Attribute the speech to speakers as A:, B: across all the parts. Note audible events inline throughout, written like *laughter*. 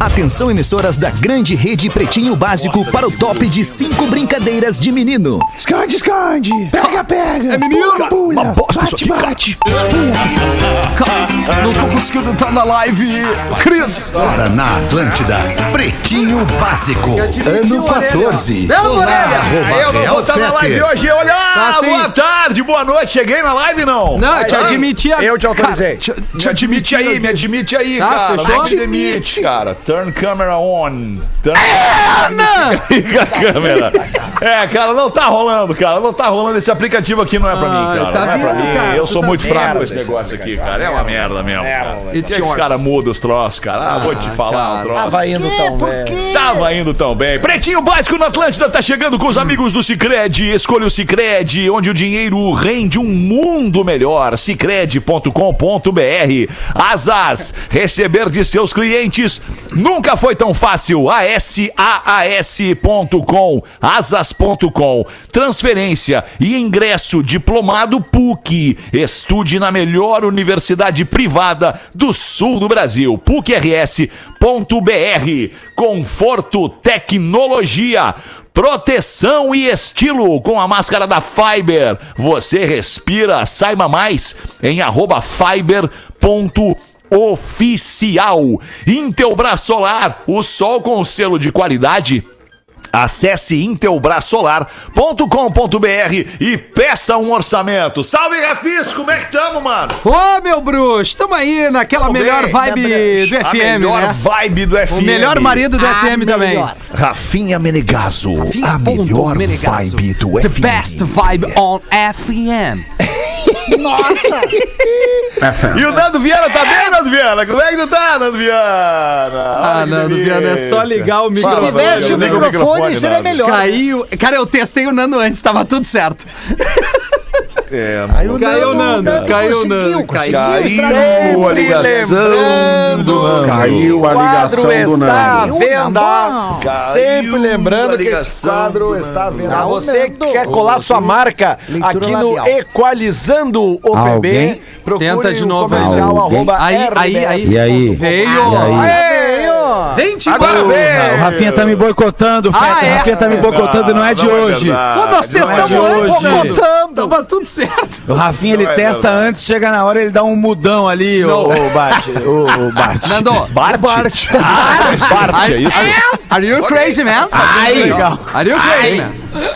A: Atenção emissoras da grande rede Pretinho Básico para o top de cinco brincadeiras de menino.
B: Esconde, esconde! Pega, pega!
C: É menino?
B: Pula, pula!
A: Uma bosta
B: bate,
A: isso aqui, cara.
B: bate! Pula!
C: Cara, não tô conseguindo entrar na live. Cris,
D: Agora na Atlântida, Pretinho Básico, ano 14.
C: Belo Morelia.
D: arroba
E: Eu não vou
D: Real
E: estar na live
D: Fetter.
E: hoje. Olha,
C: sim.
E: Ah, boa tarde, boa noite. Cheguei na live, não?
C: Assim. Não, eu te
E: Aí,
C: admiti a-
E: Eu te autorizei.
C: Cara, te-
E: me admite aí, me admite aí,
C: Tá,
E: cara.
C: fechou?
E: Não me demite, cara. Turn camera on. Turn...
C: É,
E: *laughs* Liga a câmera. É, cara, não tá rolando, cara. Não tá rolando. Esse aplicativo aqui não é pra mim, cara.
C: tá
E: não é pra
C: vindo,
E: mim.
C: cara.
E: Eu sou
C: Tá
E: muito
C: vendo?
E: fraco com esse negócio aqui, cara. É uma merda mesmo. cara. Por que
C: It's
E: que os
C: yours.
E: caras mudam os troços, cara? Ah, vou te falar um
C: cara.
E: troço.
B: Tava indo tão bem.
E: Tava indo tão bem. Pretinho Básico na Atlântida tá chegando com os amigos do Cicred. Escolha o Cicred, onde o dinheiro rende um mundo melhor. Cicred.com.br. Asas, receber de seus clientes nunca foi tão fácil. ASAAS.com. Asas.com. Transferência e ingresso diplomado PUC. Estude na melhor universidade privada do sul do Brasil. PUCRS.br. Conforto, tecnologia, proteção e estilo com a máscara da Fiber. Você respira, saiba mais em arroba fiber.com. Oficial Intelbras Solar, o sol com selo de qualidade Acesse intelbrasolar.com.br e peça um orçamento. Salve, Refis! Como é que tamo, mano?
C: Ô, meu bruxo, tamo aí naquela
E: Tamo
C: melhor
E: bem, né,
C: vibe do
E: A
C: FM,
E: melhor
C: né?
E: vibe do FM.
C: O melhor marido do
B: A
C: FM também.
B: melhor.
E: Rafinha Menegaso. a
C: ponto
E: melhor
C: Menegasso.
E: vibe do
C: The
E: FM.
C: best vibe on FM.
E: E o Nando Viana tá bem, Nando Viana? Como é que tu tá, Nando Viana?
C: Ah, Nando Viana, é só ligar o microfone.
E: Se tivesse o
C: Liga
E: microfone, seria melhor.
C: Caiu. Cara, eu testei o Nando antes, tava tudo certo.
E: É,
B: o
C: Caiu o Nando, caiu o
B: conseguiu,
C: Nando, caiu.
B: conseguiu,
E: Caiu a ligação
C: lembrando.
E: do Nando.
D: Caiu a ligação do
B: está à
D: Nando.
B: venda.
E: Caiu
B: Sempre lembrando que esse
E: ligação do
B: quadro está à venda.
E: Nando.
B: Você que quer colar sua marca
F: Leitura
B: aqui no
F: labial.
B: Equalizando o
D: Alguém?
B: PB, procure
C: Tenta de
B: o
C: novo aí.
B: comercial
D: Alguém?
B: arroba
C: Aí, aí,
B: RBS.
C: aí.
D: E aí?
E: tá
C: Veio.
D: E aí?
C: Vem te
E: Agora vem.
D: Ah, o Rafinha tá me boicotando, Feta.
C: Ah, é?
D: O Rafinha tá me boicotando, não é de
E: Não
D: hoje.
E: verdade.
C: Pô, nós
E: Não é
C: testamos
E: de hoje.
C: antes,
D: hoje.
C: botando. Tava tudo certo.
D: O Rafinha,
E: Não
D: ele
E: é
D: testa
E: verdade.
D: antes, chega na hora, ele dá um mudão ali, ô,
C: Não.
D: ô Bart. Ô, ô, Bart.
C: Nando,
E: Bart? Bart. Bart, é isso?
C: are you crazy, man?
D: Ai, legal.
C: Are you crazy, man?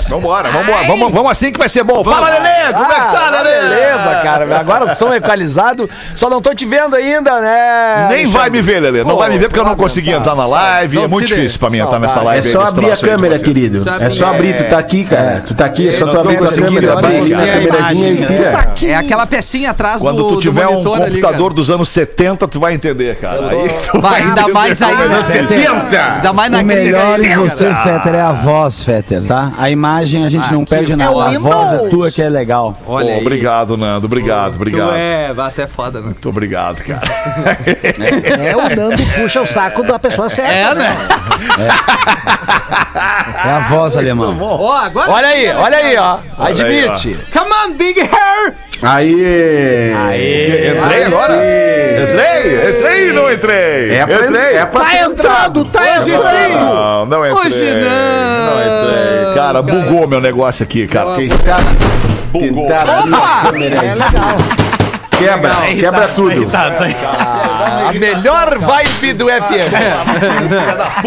E: Vambora, vambora, vamos, vamos assim que vai ser bom. Fala, Lelê, como é que tá,
B: Ah,
E: Lelê?
B: beleza, cara. Agora o som é equalizado. Só não tô te vendo ainda, né?
E: Nem vai me ver, Lelê. Não vai me ver porque eu não consegui entrar na live. É muito
C: se dê.
E: difícil pra mim entrar nessa
B: Saudade.
F: É
E: live.
F: só
E: aí,
F: abrir a
E: nesse troço aí de
F: câmera,
E: vocês.
F: querido.
C: Sabe?
F: É só abrir, tu tá aqui, cara. Tu tá aqui, é
E: não
F: só tu
E: tô
F: abrir tua
E: conseguindo
F: câmera,
E: abrir,
F: abrir a
E: cara.
F: câmerazinha e
D: né?
B: Tá
F: tira.
C: É aquela pecinha atrás
E: Quando
C: do,
E: tu
C: do
E: tiver um
C: monitor ali, cara.
E: computador dos anos 70, tu vai entender, cara. Aí tu
C: Vai, ainda
E: entender
C: mais aí,
E: como é
C: né?
E: 70.
C: Ainda mais na
D: O
C: gringa
D: melhor
C: aí,
D: em
C: cara.
D: você, Fetter, é a voz, Fetter, tá? A imagem a
B: Ah,
D: gente não perde na hora. A voz é tua que é legal.
C: Olha
E: Pô,
C: aí.
E: obrigado, Nando. Obrigado,
C: Tu
E: obrigado.
C: é, vai até foda, né?
E: Muito obrigado, cara.
D: *laughs*
F: É, o Nando puxa o saco da pessoa certa.
C: É, né?
B: Ah,
D: É a voz alemã.
C: Ó, agora.
B: Olha aí, olha aí, ó.
E: Olha aí, ó.
B: Admite.
C: Come on, Big Hair!
F: Aê!
E: Entrei agora? Entrei? Entrei ou não entrei?
F: É pra,
E: entrei.
F: é pra
C: Tá
F: ter
C: entrando, tá entrando!
E: Não, não entrei.
C: Hoje não.
E: entrei. Cara, bugou meu negócio aqui, cara.
F: Quem sabe
E: Bugou.
F: tentar abrir a
C: Opa!
F: câmera aí. É legal. Quebra,
E: tá,
F: quebra tudo.
B: A melhor vibe do FM.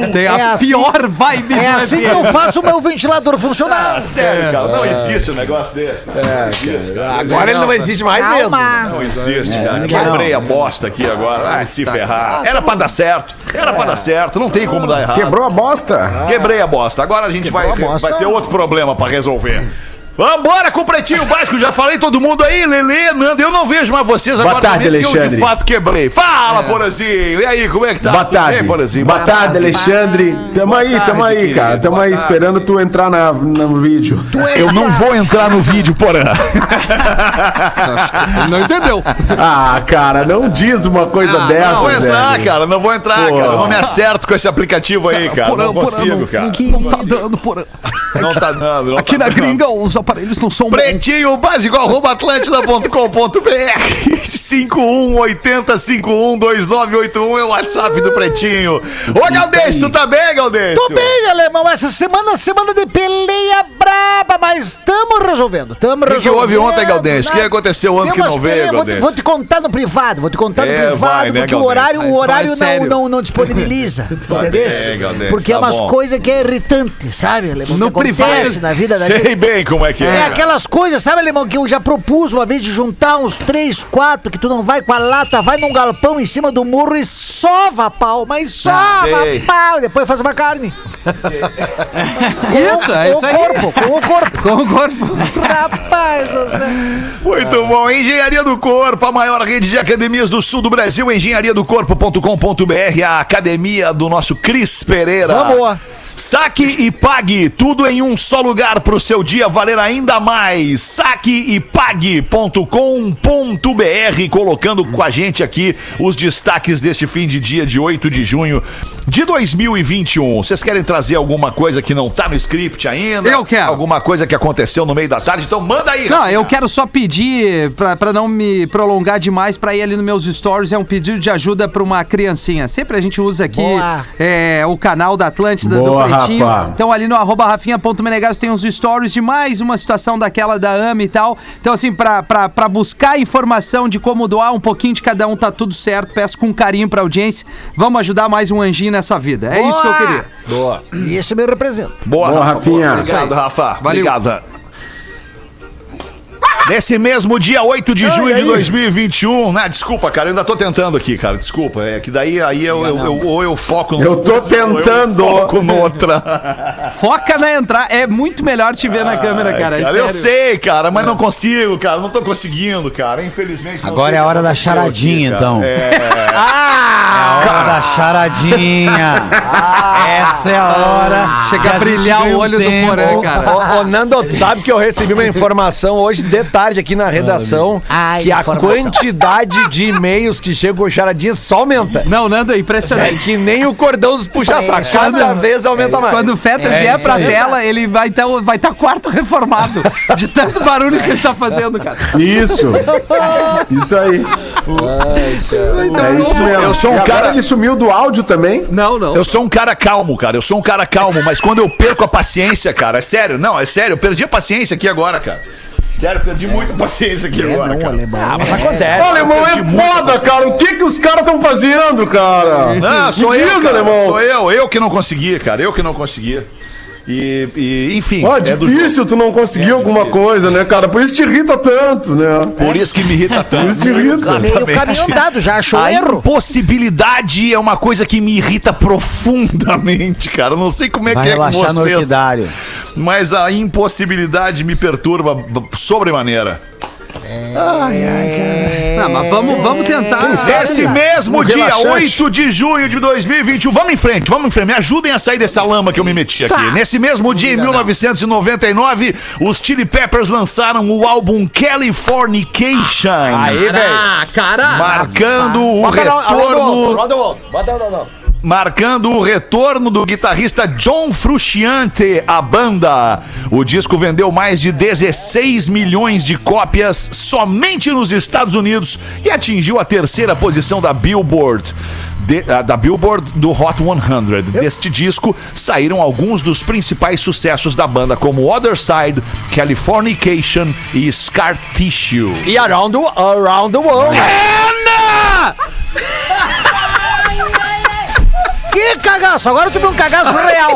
C: É. Tem a
F: É assim-
C: pior vibe
F: É
C: do
F: assim que
C: FM.
F: eu faço o meu ventilador funcionar.
E: Tá Sério, cara, não existe um negócio desse. cara. Não existe, cara.
B: Agora ele não existe mais mesmo.
F: Calma.
E: Não existe, cara.
D: não.
E: Quebrei a bosta aqui agora. Vai se ferrar. Era pra dar certo. Era pra dar certo. Não tem como dar errado.
F: Quebrou a bosta.
E: Tá Quebrei a bosta. Agora a gente vai,
F: a bosta.
E: vai ter outro problema pra resolver. Vambora com o Pretinho Básico. Já falei todo mundo aí, Lelê, Nando. Eu não vejo mais vocês agora.
F: tarde,
E: também, porque Eu de
F: Alexandre.
E: fato quebrei. Fala, Porazinho. E aí, como é que tá?
F: Boa
E: Tudo bem,
F: tarde.
E: Porazinho?
F: Boa tarde, Alexandre. Tamo aí,
E: tarde,
F: tamo aí,
E: querido.
F: cara. Tamo
E: Boa
F: aí
E: tarde.
F: esperando tu entrar na, no vídeo.
E: Eu não vou entrar no vídeo, Porã.
C: Ele Não entendeu?
F: Ah, cara, não diz uma coisa
C: Ah,
F: dessa,
E: Não vou entrar,
F: velho.
E: cara. Não vou entrar,
F: Pô.
E: cara. Eu não me acerto com esse aplicativo aí, cara. Não
C: Porã,
E: consigo,
C: não,
E: cara.
C: não tá dando, porã.
E: Não tá dando. não
C: Aqui
E: tá
C: na
E: dando.
C: gringa os aparelhos não são bons.
E: Pretinho básico, arroba atlântida.com.br 5180-512981 é o WhatsApp do Pretinho. Ô, Galdês, tu tá bem, Galdês?
F: Tô bem, alemão. Essa semana, semana de peleia braba, mas estamos resolvendo. Tamo
E: que
F: resolvendo.
E: houve ontem, Galdêncio? O que aconteceu ontem
F: Tem
E: que
F: umas
E: não veio,
F: peleias, vou, te,
E: Galdêncio?
F: vou te contar no privado, vou te contar no
E: É,
F: privado,
E: vai, né,
F: porque o
E: Galdêncio?
F: horário,
C: Mas
F: o horário
C: vai sério.
F: não, não,
E: *laughs*
F: não disponibiliza.
E: ser,
F: entendeu?
E: Tá Galdêncio,
F: porque
E: tá
F: é umas
E: bom.
F: coisas que é irritante, sabe, alemão?
C: No
F: que acontece
C: privado.
F: na vida da gente.
E: Sei bem como é que é.
F: É aquelas coisas, sabe, alemão, que eu já propus uma vez de juntar uns três, quatro, que tu não vai com a lata, vai num galpão em cima do muro e sova a pau, mas sova
E: sei.
F: a pau, depois faz uma carne.
C: Isso, é
F: com
C: isso
F: o
C: aí.
F: corpo, com o corpo. *laughs*
C: Com o corpo.
F: Rapaz, do céu.
E: Muito
C: É.
E: bom. Engenharia do Corpo, a maior rede de academias do sul do Brasil, engenharia do corpo.com.br, a academia do nosso Cris Pereira.
F: Vamos.
E: Saque e pague, tudo em um só lugar pro seu dia valer ainda mais. Saqueepague.com.br, colocando com a gente aqui os destaques deste fim de dia de 8 de junho de 2021. Vocês querem trazer alguma coisa que não tá no script ainda?
C: Eu quero.
E: Alguma coisa que aconteceu no meio da tarde? Então manda aí.
C: Não, eu quero só pedir, pra, pra não me prolongar demais, pra ir ali nos meus stories, é um pedido de ajuda pra uma criancinha. Sempre a gente usa aqui
F: Boa.
C: é, o canal da Atlântida
D: Boa,
C: do Pretinho.
D: Rafa.
C: Então ali no arroba rafinha.menegas tem uns stories de mais uma situação daquela da AME e tal. Então assim, pra, pra, pra buscar informação de como doar um pouquinho de cada um, tá tudo certo. Peço com carinho pra audiência. Vamos ajudar mais um anjinho nessa vida. É isso que eu
F: Boa.
C: queria.
F: Isso me representa.
E: Boa,
D: Boa,
E: Rafa.
D: Rafinha.
E: Boa. Obrigado, Rafa.
C: Valeu.
E: Obrigado. Ra- Nesse mesmo dia 8 de junho de 2021. Né? Desculpa, cara, eu ainda tô tentando aqui, cara. Desculpa. É que daí aí eu, eu, eu- ou eu foco no
B: Eu tô tentando.
E: Ou eu foco noutra.
C: Foca na entrada. É muito melhor te ver na câmera, cara.
E: Ai,
C: é sério.
E: eu sei, cara, mas não consigo, cara. Não tô conseguindo, cara. Infelizmente. não
D: Agora
E: sei
D: é a
E: o que
D: hora da
E: aconteceu
D: charadinha,
E: aqui, cara.
D: então.
E: É.
D: A hora da charadinha.
B: Ah.
D: Essa é a hora.
C: Chega
D: que
C: a
D: gente
C: brilhar o
D: ganha um
C: olho do
D: tempo.
C: Porã, cara.
B: Ô, ô, Nando, tu sabe que eu recebi uma informação hoje de tarde aqui na redação
F: Ai,
B: que a
F: informação.
B: quantidade de e-mails que chegam com charadinha só aumenta.
C: Não, Nando, é
B: É
C: impressionante.
B: que nem o cordão dos puxa-saco. Cada vez aumenta mais.
C: Quando o Feta vier pra tela, ele vai estar vai tá quarto reformado. De tanto barulho que ele tá fazendo, cara.
G: Isso. Isso aí.
C: Então,
G: É isso mesmo.
E: Eu sou um
G: E agora
E: cara-
G: Ele sumiu do áudio também.
C: Não, não.
E: Eu sou um cara calmo, cara. Eu sou um cara calmo, mas quando eu perco a paciência, cara, é sério, não, é sério, eu perdi a paciência aqui agora, cara. Sério, eu perdi muita paciência aqui agora.
F: Não,
E: cara.
F: alemão.
B: Ah,
G: É, alemão é foda, cara. O que que os caras estão fazendo, cara?
E: Não,
G: Me
E: sou eu,
G: diz,
E: cara,
G: alemão.
E: sou eu, eu que não consegui, cara, eu que não consegui. E, e, enfim,
G: Ó,
E: é do jogo.
G: difícil tu não conseguir alguma coisa, né, cara? Por isso te irrita tanto, né?
E: Por isso que me
G: *laughs*
E: irrita
G: Por
E: tanto.
G: isso te irrita.
F: Meio caminho andado, já achou
E: A
F: erro.
E: impossibilidade é uma coisa que me irrita profundamente, cara. Eu Não sei como é
D: Vai
E: que é com
D: relaxar no
E: vocês.
D: orquidário.
E: Mas a impossibilidade me perturba b- sobremaneira.
F: É.
C: Não, mas vamos, vamos tentar.
E: Esse mesmo dia,
G: relaxante.
E: 8 de junho de 2021. Vamos em frente, vamos em frente. Me ajudem a sair dessa lama que eu me meti aqui. Nesse mesmo dia, em 1999, os Chili Peppers lançaram o álbum Californication.
B: Aí, velho.
C: Ah, cara.
E: Marcando o retorno, marcando o retorno do guitarrista John Frusciante à banda. O disco vendeu mais de 16 milhões de cópias somente nos Estados Unidos e atingiu a terceira posição da Billboard. De- ah, da Billboard do Hot 100. Deste disco saíram alguns dos principais sucessos da banda, como Other Side, Californication e Scar Tissue.
B: E around the, around the world.
F: Que cagaço, agora eu tomei um cagaço real.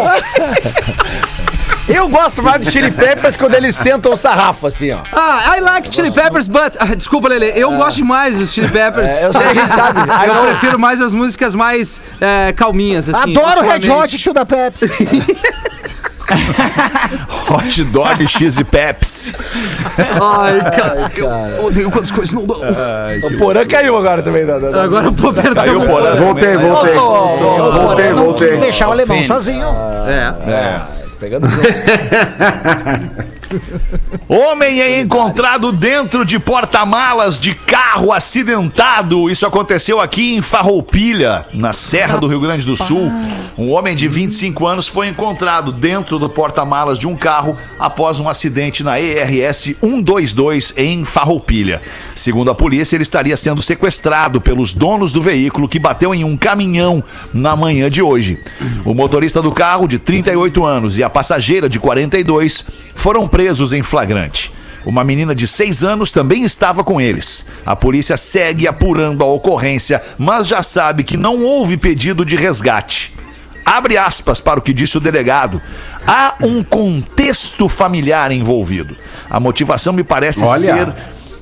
B: Eu gosto mais do Chili Peppers quando eles sentam o sarrafo, assim, ó.
C: Ah, I like Chili Peppers, but. Ah, desculpa, Lele. Eu gosto demais dos Chili Peppers.
B: Eu sei, a gente sabe. Aí
C: *laughs* Eu
B: não-
C: prefiro mais as músicas mais é, calminhas, assim.
F: Adoro Red
C: ultimamente.
F: Hot Tio da Pepsi.
E: Hot Dog, X e Pepsi.
C: Ai, cara. Eu odeio quando as coisas não dão.
B: O Porã caiu agora também. Da, da- da-
C: Agora eu vou perder.
E: Caiu o né? Porã.
G: Voltei, voltei. Voltei,
F: Eu não quis
G: voltei.
E: É, *laughs*
F: deixar o alemão sozinho.
C: É.
B: Pegando o jogo.
E: Homem é encontrado dentro de porta-malas de carro acidentado. Isso aconteceu aqui em Farroupilha, na Serra do Rio Grande do Sul. Um homem de 25 anos foi encontrado dentro do porta-malas de um carro após um acidente na ERS 122 em Farroupilha. Segundo a polícia, ele estaria sendo sequestrado pelos donos do veículo que bateu em um caminhão na manhã de hoje. O motorista do carro, de 38 anos, e a passageira, de 42, foram presos em flagrante. Uma menina de 6 anos também estava com eles. A polícia segue apurando a ocorrência, mas já sabe que não houve pedido de resgate. Abre aspas para o que disse o delegado. Há um contexto familiar envolvido. A motivação me parece ser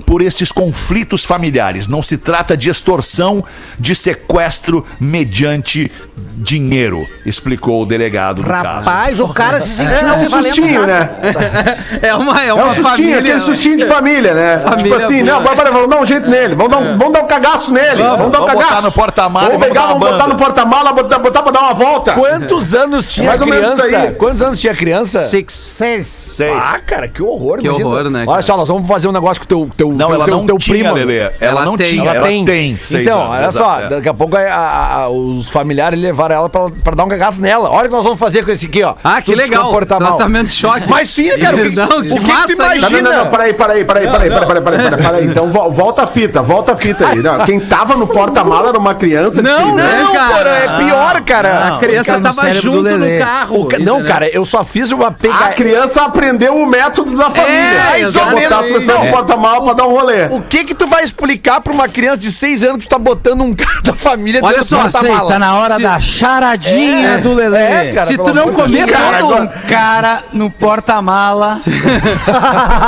E: por estes conflitos familiares. Não se trata de extorsão, de sequestro mediante dinheiro, explicou o delegado do caso.
F: Rapaz, o cara se sentiu
G: É
F: não
G: um
F: se valendo
G: sustinho,
F: nada.
G: né?
C: É uma, é
G: É
C: uma
G: um sustinho,
C: família.
G: aquele sustinho de família, né?
C: Família
G: tipo assim,
C: boa.
G: não, bora, vamos dar um jeito nele, vamos dar um, vamos dar um cagaço nele, vamos, dar um
E: vamos
G: cagaço.
E: botar no porta-mala e
G: vamos
E: vamos
G: pegar,
E: dar uma
G: vamos botar
E: banda.
G: no porta-mala, botar, botar pra dar uma volta.
B: Quantos anos tinha
G: mais ou menos
B: criança?
G: isso aí.
B: Quantos anos tinha criança?
C: Six.
F: Seis.
E: Seis.
B: Ah, cara, que horror,
C: Que horror, né, cara?
B: Olha só, nós vamos fazer um negócio com o teu, teu,
E: Não,
B: teu,
E: ela
B: teu,
E: não
B: teu
E: tinha,
B: primo.
E: Lelê. Ela,
C: Ela
E: não
C: tem.
E: tinha,
B: Ela, tem.
E: seis
B: então,
E: anos,
B: olha só,
E: exato, é.
B: daqui a pouco a- a- a- os familiares levaram ela pra, pra dar um cagaço nela. Olha o que nós vamos fazer com esse aqui, ó.
C: Ah, que
B: Tudo
C: legal. tá
B: desconfortar mal.
C: Tratamento de choque.
B: Mas sim,
C: *laughs*
B: cara, o que-
C: Não,
B: o
C: que
B: que que tu
C: massa isso.
G: Não, não, não, não, peraí, peraí, peraí, peraí, peraí, peraí, peraí, peraí, peraí. Então vo- volta a fita, volta a fita aí. Não, quem tava no porta-mala era uma criança assim, de
C: Não,
G: seis
B: Não,
C: né?
G: anos.
C: cara?
B: cara, é pior, cara.
C: A
D: Não,
C: criança
D: fica no
C: tava
D: cérebro do
C: junto no
D: Lelê.
C: carro.
B: O ca- Não, cara, eu só fiz uma
G: A
B: pegada.
G: criança aprendeu o método da família.
C: Ah, É,
G: É, só
C: exatamente.
G: botar as pessoas no porta-mala pra dar um rolê.
B: O que que tu vai explicar pra uma criança de 6 anos que tu tá botando um *laughs* cara da família
C: Olha só,
B: do
D: Sei, tá na hora
C: Se-
D: da charadinha do Lelê.
B: É, cara,
C: Se
B: pelo
C: tu não
B: amor de
C: comer
G: Cara,
C: todo,
G: agora-
D: Um cara no porta-mala.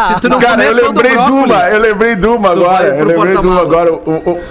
C: se tu não
G: Cara,
C: comer
G: eu
C: todo
G: lembrei de
C: o
G: uma,
C: brócolis.
G: eu lembrei de uma agora.
C: vai pro
G: Eu lembrei de uma
C: porta-mala.
G: agora. O, o-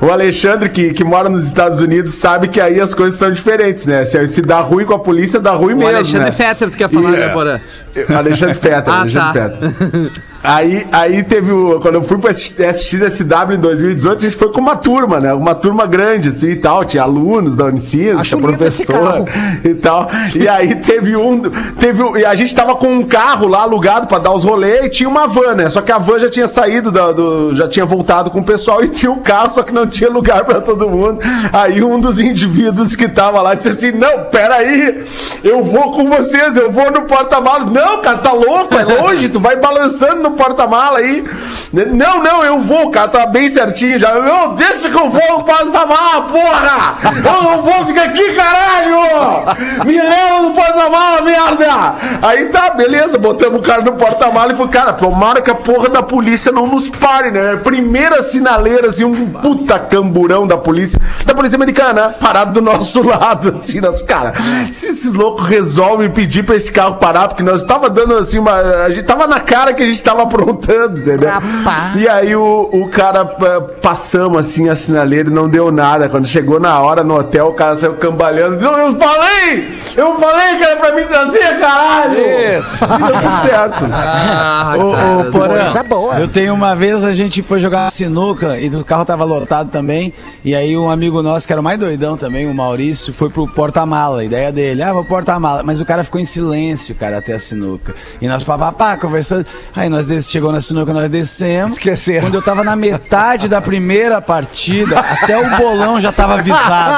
G: o Alexandre, que, que mora nos Estados Unidos, sabe que aí as coisas são diferentes, né? Se, se dá ruim com a polícia, dá ruim
C: O
G: mesmo.
C: Alexandre
G: né?
C: Fetter, tu quer falar,
G: E,
C: né, Porã?
G: é, Alexandre Fetter,
C: Ah, tá.
G: Alexandre Fetter. Aí, aí teve o. Quando eu fui pro SXSW em 2018, a gente foi com uma turma, né? Uma turma grande, assim e tal. Tinha alunos da Unicinos,
F: Acho
G: tinha
F: lindo esse
G: professor *laughs* e tal. E aí teve um. Teve, um- e a gente tava com um carro lá alugado pra dar os rolês e tinha uma van, né? Só que a van já tinha saído, da- do, já tinha voltado com o pessoal *laughs* e tinha um carro, só que não tinha lugar pra todo mundo. Aí um dos indivíduos que tava lá disse assim: Não, peraí, eu vou com vocês, eu vou no porta-malas. Não, cara, tá louco, é longe, tu vai balançando no porta-mala aí. Não, não, eu vou, cara, tá bem certinho já. Não, deixa que eu vou no porta-mala, porra! Eu não vou ficar aqui, caralho! Me leva no porta-mala, merda! Aí tá, beleza, botamos o cara no porta-mala e falou, cara, tomara que a porra da polícia não nos pare, né? Primeira sinaleira, assim, um puta camburão da polícia, da polícia americana, parado do nosso lado, assim, nós, cara, se esses loucos resolvem pedir pra esse carro parar, porque nós tava dando, assim, uma, a gente tava na cara que a gente tava aprontando, entendeu?
F: Rapaz.
G: E aí o, o cara eh, passamos assim a sinaleira e não deu nada. Quando chegou na hora no hotel, o cara saiu cambalhando. Disse, eu falei! Eu falei que era pra me trazer, caralho!
C: É.
B: Isso.
G: E deu tudo
C: *laughs*
G: certo.
C: Ah,
D: Ô, ô, Porã,
F: Coisa boa.
D: Eu tenho uma vez, a gente foi jogar sinuca e o carro tava lotado também. E aí um amigo nosso, que era o mais doidão também, o Maurício, foi pro porta-mala. A ideia dele, ah, vou porta-mala. Mas o cara ficou em silêncio, cara, até a sinuca. E nós papapá, conversando. Aí nós des... chegou na sinuca, nós descemos.
B: Esqueceram.
D: Quando eu tava na metade da primeira
F: *laughs*
D: partida, até o bolão já tava avisado.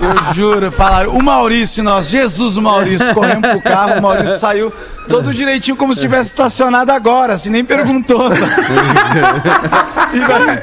D: Eu juro, falaram, o Maurício, e nós, Jesus, o Maurício, corremos pro carro, o Maurício saiu todo direitinho, como se tivesse estacionado agora, assim, nem perguntou. sabe?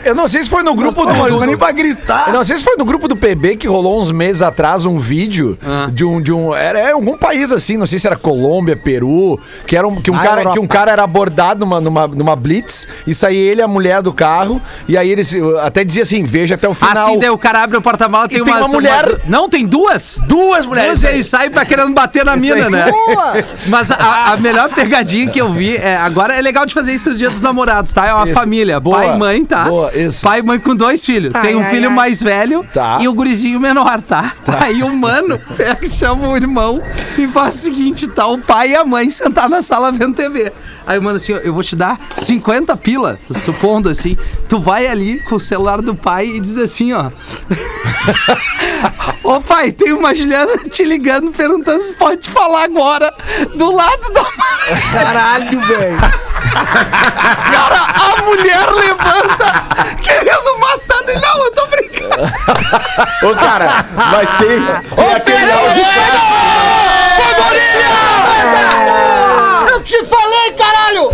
B: Eu não sei se foi no grupo um
C: *laughs*
B: do.
D: Não deu nem
B: do-
D: pra gritar.
B: Eu não sei se foi no grupo do PB que rolou uns meses atrás um vídeo de um de um era é algum país assim, não sei se era Colômbia, Peru, que era um, que um
F: Ah,
B: cara
F: Europa.
B: que um cara era abordado numa, numa numa blitz e saía ele e a mulher do carro e aí eles eh, até dizia assim, veja até o final.
C: Assim, daí o cara abre o porta-mala tem,
B: E tem uma mulher.
C: umas- não, tem duas?
B: Duas
C: Duas
B: mulheres
C: e aí sai pra querendo bater na mina, né? *laughs* Mas a, a melhor pegadinha que eu vi é. Agora é legal de fazer isso no dia dos namorados, tá? É uma família.
B: Boa.
C: Pai e mãe, tá?
B: Boa, isso.
C: Pai e mãe com dois filhos. Tem um filho mais velho
B: Tá.
C: e o gurizinho menor, tá? Aí o mano pega, chama o irmão e faz o seguinte: tá o pai e a mãe sentar na sala vendo TV. Aí o mano assim, ó, eu vou te dar 50 pila, supondo assim. Tu vai ali com o celular do pai e diz assim, ó. Ô pai, tem uma Juliana te ligando perguntando se pode falar agora do lado da
F: Caralho, velho.
C: Cara, a mulher levanta querendo matar ele. Não, eu tô brincando.
G: Ô, cara, mas tem, tem aquele áudio
F: Eu te falei, caralho!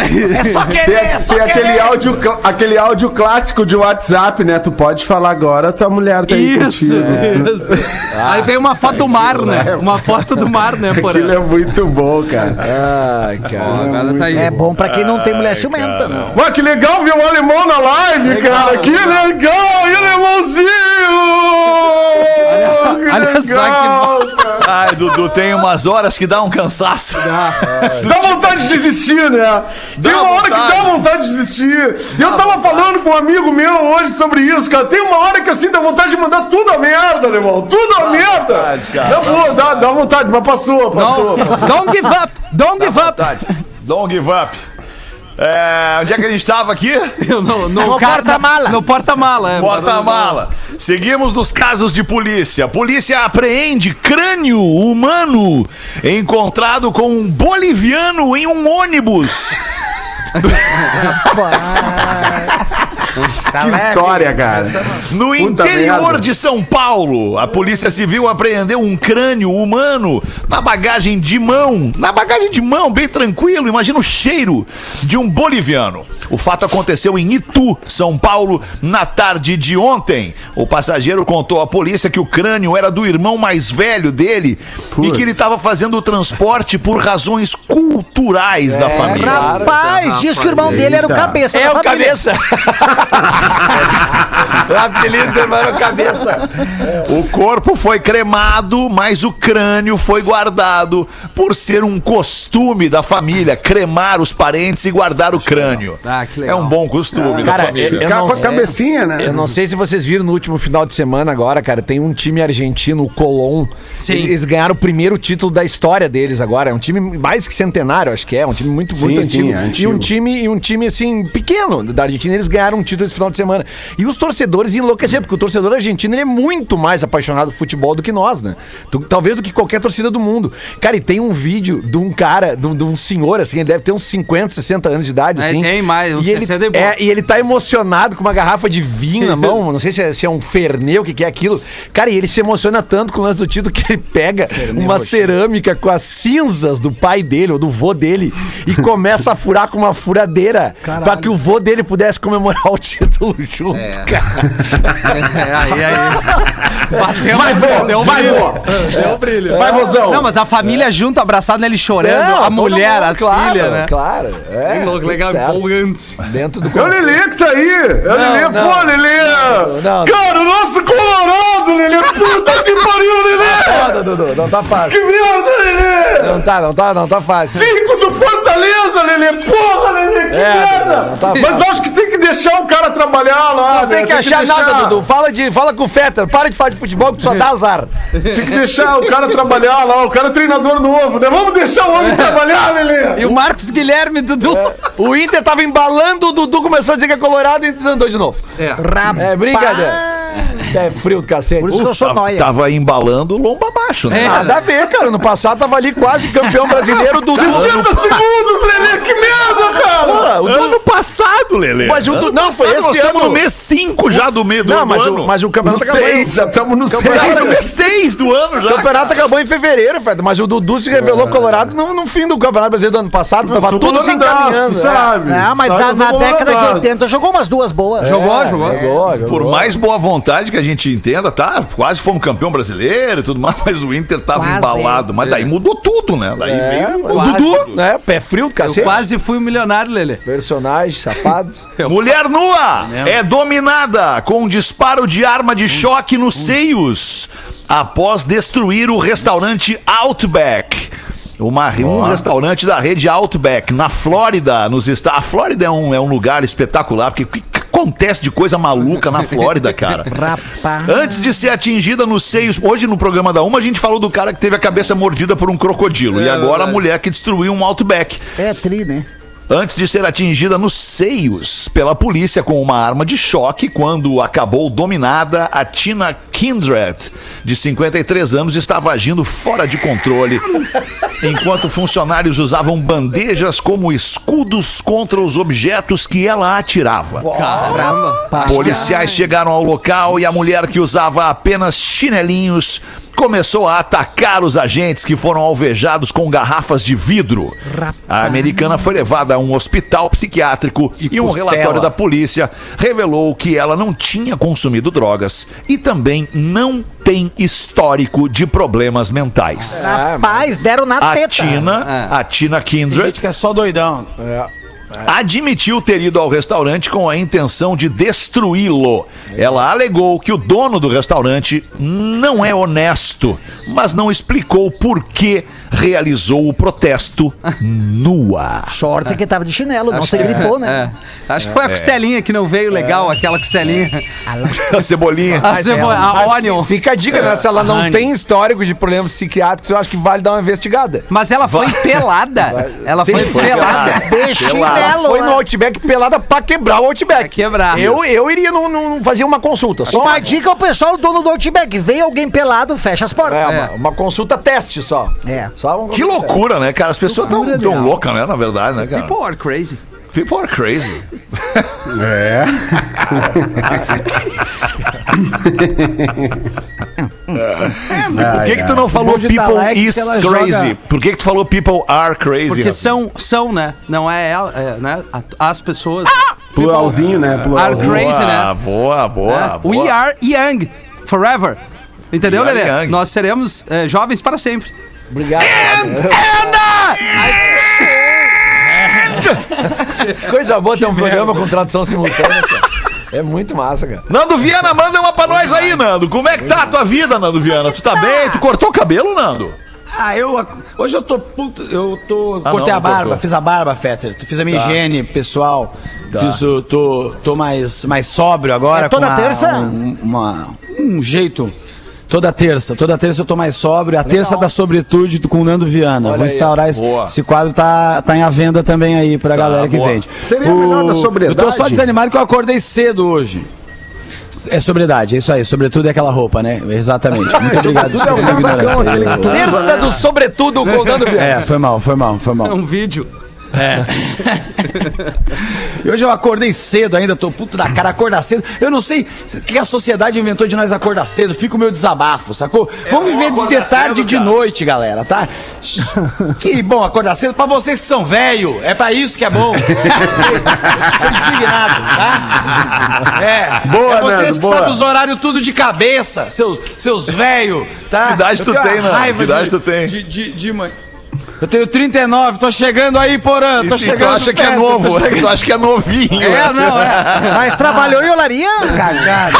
B: É
G: Tem,
C: É,
G: tem aquele, áudio, cl- aquele áudio clássico de WhatsApp, né? Tu pode falar agora, tua mulher tá aí
C: Isso,
G: contigo.
C: isso.
G: Ah,
C: Aí vem uma foto do mar, né? Uma foto do mar, né,
G: é Aquilo
C: porra?
G: é muito bom, cara.
C: É.
B: Ai, cara.
C: Agora tá aí.
F: É bom pra quem não tem mulher ciumenta, né?
G: Ué, que legal ver o alemão na live, cara. Que legal, e alemãozinho! Que
C: olha só
G: legal, cara.
E: *laughs* Ai, Dudu, tem umas horas que dá um cansaço.
G: Dá vontade de desistir, né? Tem
E: Dá
G: uma hora que
E: vontade.
G: dá vontade de desistir. Eu tava falando com um amigo meu hoje sobre isso, cara. Tem uma hora que assim dá vontade de mandar tudo a merda, alemão. Tudo a merda.
E: vontade, cara.
G: Dá, vo- dá, dá vontade, mas passou, passou.
C: Don't,
G: passou.
C: don't give up, don't give up.
E: *laughs* Verdade. Long give up. É, onde é que a gente estava aqui?
C: No, no, no
F: No
C: cara-
F: porta-mala.
C: No porta-mala, é.
E: Porta-mala. Seguimos nos casos de polícia. Polícia apreende crânio humano encontrado com um boliviano em um ônibus.
B: Tá
G: Que
B: né?
G: história, cara.
B: é
E: No
G: Puta
E: interior
G: merda.
E: de São Paulo, a Polícia Civil apreendeu um crânio humano na bagagem de mão. Na bagagem de mão, bem tranquilo, imagina o cheiro de um boliviano. O fato aconteceu em Itu, São Paulo, na tarde de ontem. O passageiro contou à polícia que o crânio era do irmão mais velho dele e que ele estava fazendo o transporte por razões culturais
G: É,
E: da família.
F: Rapaz, diz que o irmão dele era o cabeça
B: É
F: da
B: o
F: família.
B: cabeça. o apelido do mano é o cabeça.
E: O corpo foi cremado, mas o crânio foi guardado por ser um costume da família cremar os parentes e guardar o crânio.
C: Ah, que
E: É
C: legal.
E: um bom costume da
B: Cara,
E: família.
B: eu
G: Cara,
B: não
G: com a
B: sei.
G: cabecinha, né?
B: Eu não sei se vocês viram no último final de semana agora, cara, tem um time argentino, o Colón.
C: Sim.
B: Eles ganharam o primeiro título da história deles agora. É um time mais que centenário, acho que é. Um time muito, muito
G: sim,
B: antigo.
G: é
B: E
G: antigo.
B: um time, e um time, assim, pequeno da Argentina. Eles ganharam um título esse final de semana. E os torcedores enlouqueceram, porque o torcedor argentino ele é muito mais apaixonado por futebol do que nós, né? Do- talvez do que qualquer torcida do mundo. Cara, e tem um vídeo de um cara, de um, de um senhor, assim, ele deve ter uns 50, 60 anos de idade,
C: É,
B: assim.
C: tem mais, uns
B: e ele,
C: 60 e poucos.
B: é, e ele tá emocionado com uma garrafa de vinho
C: *laughs*
B: na mão, não sei se é, se é um ferneu, o que, que é aquilo. Cara, e ele se emociona tanto com o lance do título que ele pega uma cerâmica com as cinzas do pai dele ou do vô dele e começa a furar com uma furadeira pra que o vô dele pudesse comemorar o título junto, cara.
C: É, aí, aí. Bateu,
G: Vai, vô,
C: deu um
G: vai,
C: brilho.
G: vô. É.
C: Deu um brilho.
G: Vai, vozão.
C: Não, mas a família junto, abraçada nele chorando,
B: Não,
C: a
B: todo
C: mulher,
B: mundo,
C: as
B: claro,
C: filhas, né?
B: Claro, é.
C: Que louco,
B: tudo
C: legal,
B: certo.
C: empolgante.
B: Dentro do
G: É o Lelê que tá aí! É o Lelê,
B: não.
G: pô, Lelê!
B: não.
G: Cara, o nosso Colorado, Lelê! Puta que pariu, Lelê!
B: *laughs* Não, Dudu, não tá fácil.
G: Que merda, Lelê!
B: Não tá, não tá, não tá fácil.
G: Cinco do Fortaleza, Lelê! Porra, Lelê, que
B: É,
G: merda!
B: não tá
G: Mas acho que tem que deixar o cara trabalhar lá, né?
B: Não tem que achar nada, Dudu. Fala, de, fala com o Fetter. Para de falar de futebol que só dá azar.
G: Tem que deixar o cara trabalhar lá, o cara é treinador novo, né? Vamos deixar o
B: É.
G: homem trabalhar, Lelê!
C: E o Marcos Guilherme, Dudu.
B: O Inter tava embalando, o Dudu começou a dizer que é colorado e o Inter andou de novo.
C: É.
B: É brincadeira. É frio do cacete.
F: Por isso que eu sou nóia.
E: Tava embalando lomba abaixo, né?
C: É.
B: Nada a ver, cara. No passado tava ali quase campeão brasileiro do
G: 60 segundos, Lelê! Que merda, cara!
B: Pô, o Dudu-
E: Ano passado, Lelê.
B: Mas o
E: ano
B: Dudu- não, foi
E: passado, nós
B: esse
E: estamos
B: ano.
E: no mês 5 já do meio do,
B: Não,
E: do
B: mas
E: ano.
B: o, mas o campeonato
G: No
B: acabou. em-
G: seis, já estamos no
E: Tá no
B: Campeonato-
G: seis.
E: mês 6 do ano
B: O
E: já.
B: campeonato acabou em fevereiro, Fred, mas o Dudu se revelou colorado no, no fim do Campeonato Brasileiro do ano passado. Tava tudo se encaminhando. é.
G: sabe?
F: Ah, mas
G: Sabe,
F: na,
G: nós
F: na
G: somos
F: década de
G: colorados.
F: 80 jogou umas duas boas.
C: Jogou, jogou.
B: é. Jogou, jogou.
E: Por mais boa vontade que a gente entenda, tá? Quase fomos campeão brasileiro e tudo mais, mas o Inter tava
F: Quase.
E: embalado. Mas daí mudou tudo, né? Daí veio o
C: quase.
E: Dudu.
B: né? Pé frio do
C: Eu
B: cacete.
C: quase fui um milionário, Lelê.
B: Personagens, safados.
E: Mulher nua é dominada com um disparo de arma de choque nos seios após destruir o restaurante Outback. Uma- um restaurante da rede Outback, na Flórida, nos Estados A Flórida é um, é um lugar espetacular, porque o que, que acontece de coisa maluca na Flórida, cara?
F: Rapaz.
E: Antes de ser atingida nos seios, hoje no programa da Uma, a gente falou do cara que teve a cabeça mordida por um crocodilo. e agora a mulher que destruiu um Outback
F: É tri, né?
E: antes de ser atingida nos seios pela polícia com uma arma de choque quando acabou dominada a Tina Kindred, de 53 anos, estava agindo fora de controle, enquanto funcionários usavam bandejas como escudos contra os objetos que ela atirava.
C: Caramba.
E: Policiais chegaram ao local e a mulher que usava apenas chinelinhos começou a atacar os agentes que foram alvejados com garrafas de vidro. A americana foi levada a um hospital psiquiátrico e, um
D: costela.
E: relatório da polícia revelou que ela não tinha consumido drogas e também não tem histórico de problemas mentais.
G: Ah,
F: Rapaz, deram na
E: A
F: teta.
E: Tina, a Tina
D: Tem
E: Kindred
D: gente que é só doidão.
E: admitiu ter ido ao restaurante com a intenção de destruí-lo. Ela alegou que o dono do restaurante não é honesto, mas não explicou por que realizou o protesto nua.
F: Sorte que tava de chinelo, não se gripou, né?
C: É. Acho que foi a costelinha que não veio legal, aquela costelinha.
E: A
C: *laughs*
E: cebolinha.
C: A, cebola, a
B: Mas
C: onion.
B: Fica a dica, né? Se ela não
D: Honey.
B: tem histórico de problemas psiquiátricos, eu acho que vale dar uma investigada.
C: Mas ela foi pelada. Ela
B: Sim,
C: foi
B: foi
C: pelada.
F: De
B: Ela
F: chinelo.
B: foi no
F: né?
B: Outback pelada pra quebrar o Outback.
C: Pra quebrar.
B: Eu, eu iria num, num- fazer uma consulta. Só É,
F: Uma dica ao pessoal dono do Outback. Vem alguém pelado, fecha as
B: É,
F: portas.
B: Uma, uma consulta teste só.
F: É.
B: Só uma
E: Que loucura, né, cara? As pessoas tão, tão loucas, né, na verdade, né, cara?
C: Pô, crazy.
E: People are crazy. É. Por que, que tu não falou
D: Bom de
C: tá
E: people
C: é
D: Dalek,
E: is
D: que ela
E: crazy?
D: joga-
E: Por que, que tu falou people are crazy?
C: Porque
E: Rafinha?
C: são, são, né? Não é ela, é, né? A- As pessoas.
G: Pluralzinho, né? Pluralzinho.
C: Are crazy,
E: boa,
C: né?
E: Boa, boa,
C: né?
E: boa. *laughs*
C: We are young forever. Entendeu,
E: We are
C: Lelê?
E: young.
C: Nós seremos eh, jovens para sempre.
B: Obrigado.
E: É.
B: *laughs*
E: uh,
B: Coisa boa ter um programa com tradução simultânea, cara. É muito massa, cara.
E: Nando Viana, manda uma pra nós aí, Nando. Como é que tá a tua vida, Nando Viana? Tu tá bem? Tu cortou o cabelo, Nando?
D: Ah, eu. Hoje eu tô puto. Eu tô.
E: Ah,
D: cortei
E: não,
D: a barba,
E: cortou. Tá.
D: fiz a barba, Fetter. Fiz a minha higiene pessoal. Fiz o, tô tô mais, mais sóbrio agora.
F: É toda
D: com a-
F: terça?
D: Um, uma- um jeito. Toda terça, toda terça eu tô mais sóbrio. A terça da sobritude do- com o Nando Viana. Vou instaurar esse,
E: Boa. Tá,
D: esse quadro, tá, tá em a venda também aí pra galera que
E: boa.
D: vende.
G: Seria melhor da
D: Eu tô só
G: sobriedade?
D: desanimado que eu acordei cedo hoje. É sobriedade, é isso aí. Sobretudo é aquela roupa, né? Exatamente. Muito obrigado.
G: *laughs* Sobretudo é um
D: desculpa a minha
G: casacão,
D: ignorância.
G: aquele
D: Eu-
B: Terça do sobretudo com o Nando Viana.
D: é, foi mal, foi mal, foi
C: É
D: mal.
C: um vídeo.
D: E hoje eu acordei cedo ainda, tô puto da cara, acordar cedo. Eu não sei o que a sociedade inventou de nós acordar cedo, fica o meu desabafo, sacou? Vamos viver de
E: É acordar
D: detalhe
E: cedo,
D: de
E: cara.
D: noite, galera, tá? Que bom acordar cedo pra vocês que são velho, é pra isso que
E: *laughs*
D: é bom. Eu sei, eu sou indignado, tá? É,
G: Boa,
D: é vocês
G: Nando,
D: que
G: boa.
D: sabem os horários tudo de cabeça, seus, seus velho, tá?
E: Que idade
D: Eu
E: tu
D: tenho uma
E: tem, Nando?
D: raiva
E: Que idade
D: de-
E: tu tem?
D: De, de, de mãe. Eu tenho 39, tô chegando aí, Porã,
H: Tá
D: tô
E: E
D: chegando.
E: tu acha que é
D: perto,
E: novo, né? tu acha que é novinho. né?
C: É, não, é.
F: Mas trabalhou em olaria?
D: Cagado.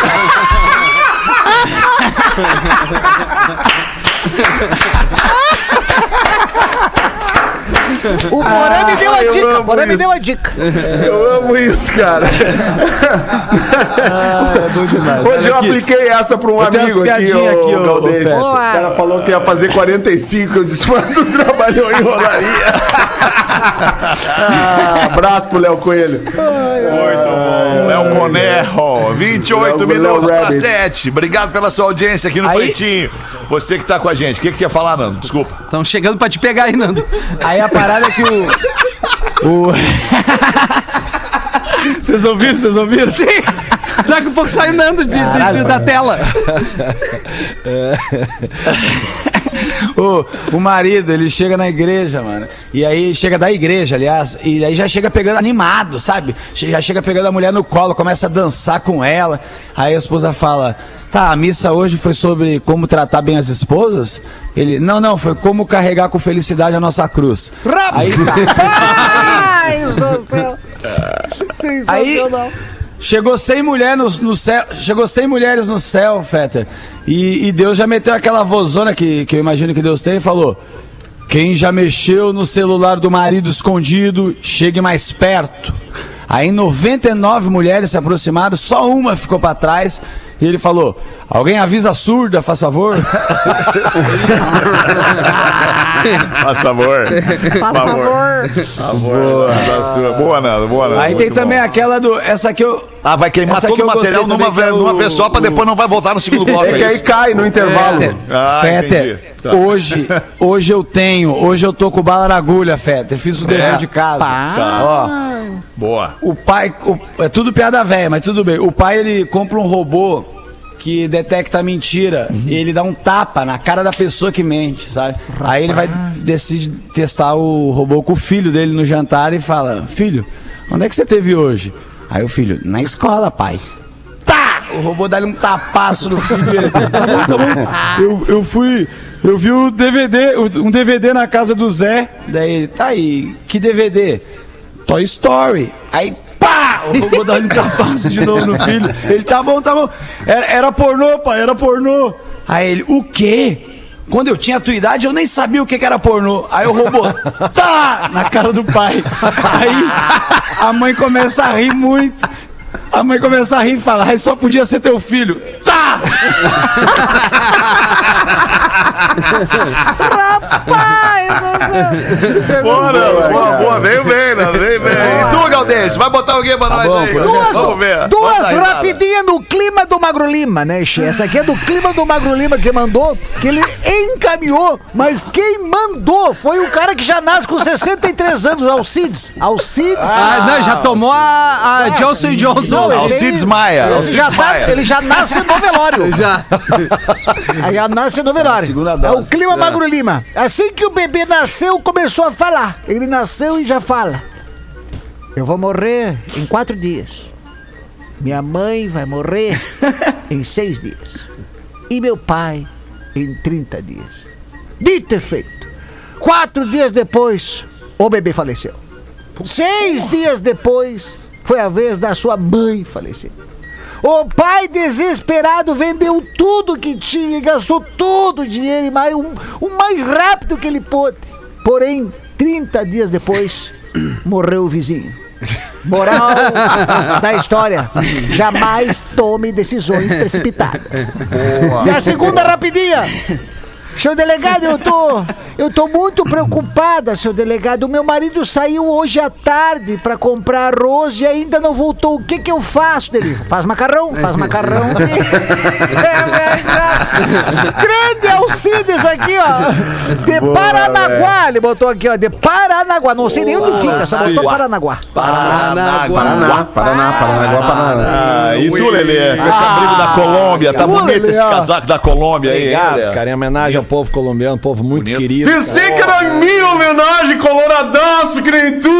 F: O Porã me deu a
G: eu
F: dica,
G: amo
F: o Porã me
G: isso.
F: deu a dica.
G: Eu amo isso, cara. Hoje eu apliquei essa pra um
D: Eu tenho
G: amigo
D: umas
G: aqui,
D: piadinhas
G: o
D: aqui, ô,
G: Galdês.
D: ô, Peter.
G: O cara falou que ia fazer 45, eu disse, *laughs* mas tu trabalhou em rolaria. Ah, abraço pro Léo Coelho.
H: É
E: Léo Conerro, 28
G: Léo-
E: minutos
G: Léo
E: para
G: Rabbit.
E: 7. Obrigado pela sua audiência aqui no
D: Aí-
E: Pretinho. Você que tá com a gente. O que que ia falar, Nando? Desculpa.
C: Estão chegando pra te pegar aí, Nando.
D: Aí a parada é que o. o... Vocês ouviram? Vocês ouviram? Sim!
C: Daqui a pouco sai o Nando de- de- de- da tela.
D: O, o marido, ele chega na igreja, mano. E aí chega da igreja, aliás. E aí já chega pegando animado, sabe? Che- Já chega pegando a mulher no colo, começa a dançar com ela. Aí a esposa fala: Tá, a missa hoje foi sobre como tratar bem as esposas? Ele: Não, não, foi como carregar com felicidade a nossa cruz. Aí tá.
F: Ai, meu Deus do céu.
D: Aí
F: Sensacional.
D: chegou 100 mulheres no, no céu, chegou 100 mulheres no céu, Fetter. E, e Deus já meteu aquela vozona que, que eu imagino que Deus tem e falou: "Quem já mexeu no celular do marido escondido, chegue mais perto". Aí 99 mulheres se aproximaram, só uma ficou pra trás. E ele falou: Alguém avisa a surda, faz favor?
H: *laughs* Faz
E: *laughs*
H: favor.
F: Faz favor.
H: Boa, da sua. boa, Nando. Boa, Nando.
D: Aí tem
H: Muito
D: também
H: bom.
D: aquela do. Essa aqui eu.
H: Ah, vai queimar
D: Essa
H: todo
D: aqui
H: o
D: eu gostei
H: material numa,
D: também, que é
H: ve- numa
D: o-
H: vez só pra depois não vai voltar no
E: *laughs*
H: segundo bloco.
G: É que
H: é
G: aí
H: isso?
G: cai no intervalo.
H: Ah,
D: Fetter,
H: entendi. Tá.
D: hoje, hoje eu tenho, hoje eu tô com bala na agulha, Fetter. Fiz o dever
H: É.
D: de casa. Tá. Ó,
H: Boa.
D: o pai. o- é tudo piada velha, mas tudo bem. O pai ele compra um robô que detecta a mentira
H: Uhum.
D: e ele dá um tapa na cara da pessoa que mente, sabe? Aí ele vai decide testar o robô com o filho dele no jantar e fala: "Filho, onde é que você teve hoje?" Aí o filho: "Na escola, pai." Tá! O robô dá-lhe um tapaço no filho dele. eu, eu fui. Eu vi o DVD, o- um DVD na casa do Zé. Daí ele, tá aí, que DVD? Toy Story. Aí, pá! O robô dá-lhe um tapaço de novo no filho. Ele, tá bom, tá bom. Era, era pornô, pai, era pornô. Aí ele, o quê? Quando eu tinha a tua idade, eu nem sabia o que, que era pornô. Aí o robô, tá! Na cara do pai. Aí a mãe começa a rir muito. A mãe começa a rir e fala, "Ai, só podia ser teu filho. Tá!
H: Boa, Nando. Boa, boa. Veio bem, Nando. Veio bem. E tu, Galdês, vai botar alguém pra nós aí. Galdêncio?
F: Duas,
H: Vamos ver.
F: duas
H: Bota aí, Nando.
F: rapidinhas no clima do Magro Lima, né, Che? Essa aqui é do clima do Magro Lima que mandou, que ele encaminhou, mas quem mandou foi o cara que já nasce com 63 anos, o Alcides. Alcides.
C: Ah, não, já tomou a, a Johnson Johnson.
F: Não, ele-
H: Alcides Maia.
F: Ele,
H: é, Alcides
F: já tá-
H: Maia.
F: ele já nasce no velório.
C: Já.
F: *laughs* Aí já nasce no velório.
D: segunda
F: É o
D: dose.
F: clima Magro Lima. Assim que o bebê nasceu, começou a falar. Ele nasceu e já fala. Eu vou morrer em quatro dias. Minha mãe vai
D: *laughs*
F: morrer em seis dias. E meu pai em 30 dias. Dito e feito. Quatro dias depois, o bebê faleceu. Seis dias depois, foi a vez da sua mãe falecer. O pai desesperado vendeu tudo que tinha e gastou todo o dinheiro e mais, um- o mais rápido que ele pôde. Porém, 30 dias depois, morreu o vizinho. Moral da história: jamais tome decisões precipitadas. E a segunda rapidinha. Seu delegado, eu tô, eu tô muito preocupada, seu delegado. O meu marido saiu hoje à tarde pra comprar arroz e ainda não voltou. O que que eu faço dele? Faz macarrão, faz macarrão.
E: *laughs*
F: É, Grande Alcides aqui, ó. De Paranaguá, ele botou aqui, ó. De Paranaguá. Não sei nem onde fica, só botou Paranaguá.
G: Paraná, Paraná, Paranaguá, Paraná.
H: Ah, e tu, Lelê, com esse abrigo da Colômbia, tá bonito esse casaco da Colômbia aí, hein, Lelê?
B: Obrigado, cara. Em homenagem ao povo colombiano, povo muito querido.
G: Pensei que era em minha homenagem, coloradaço, que nem tu!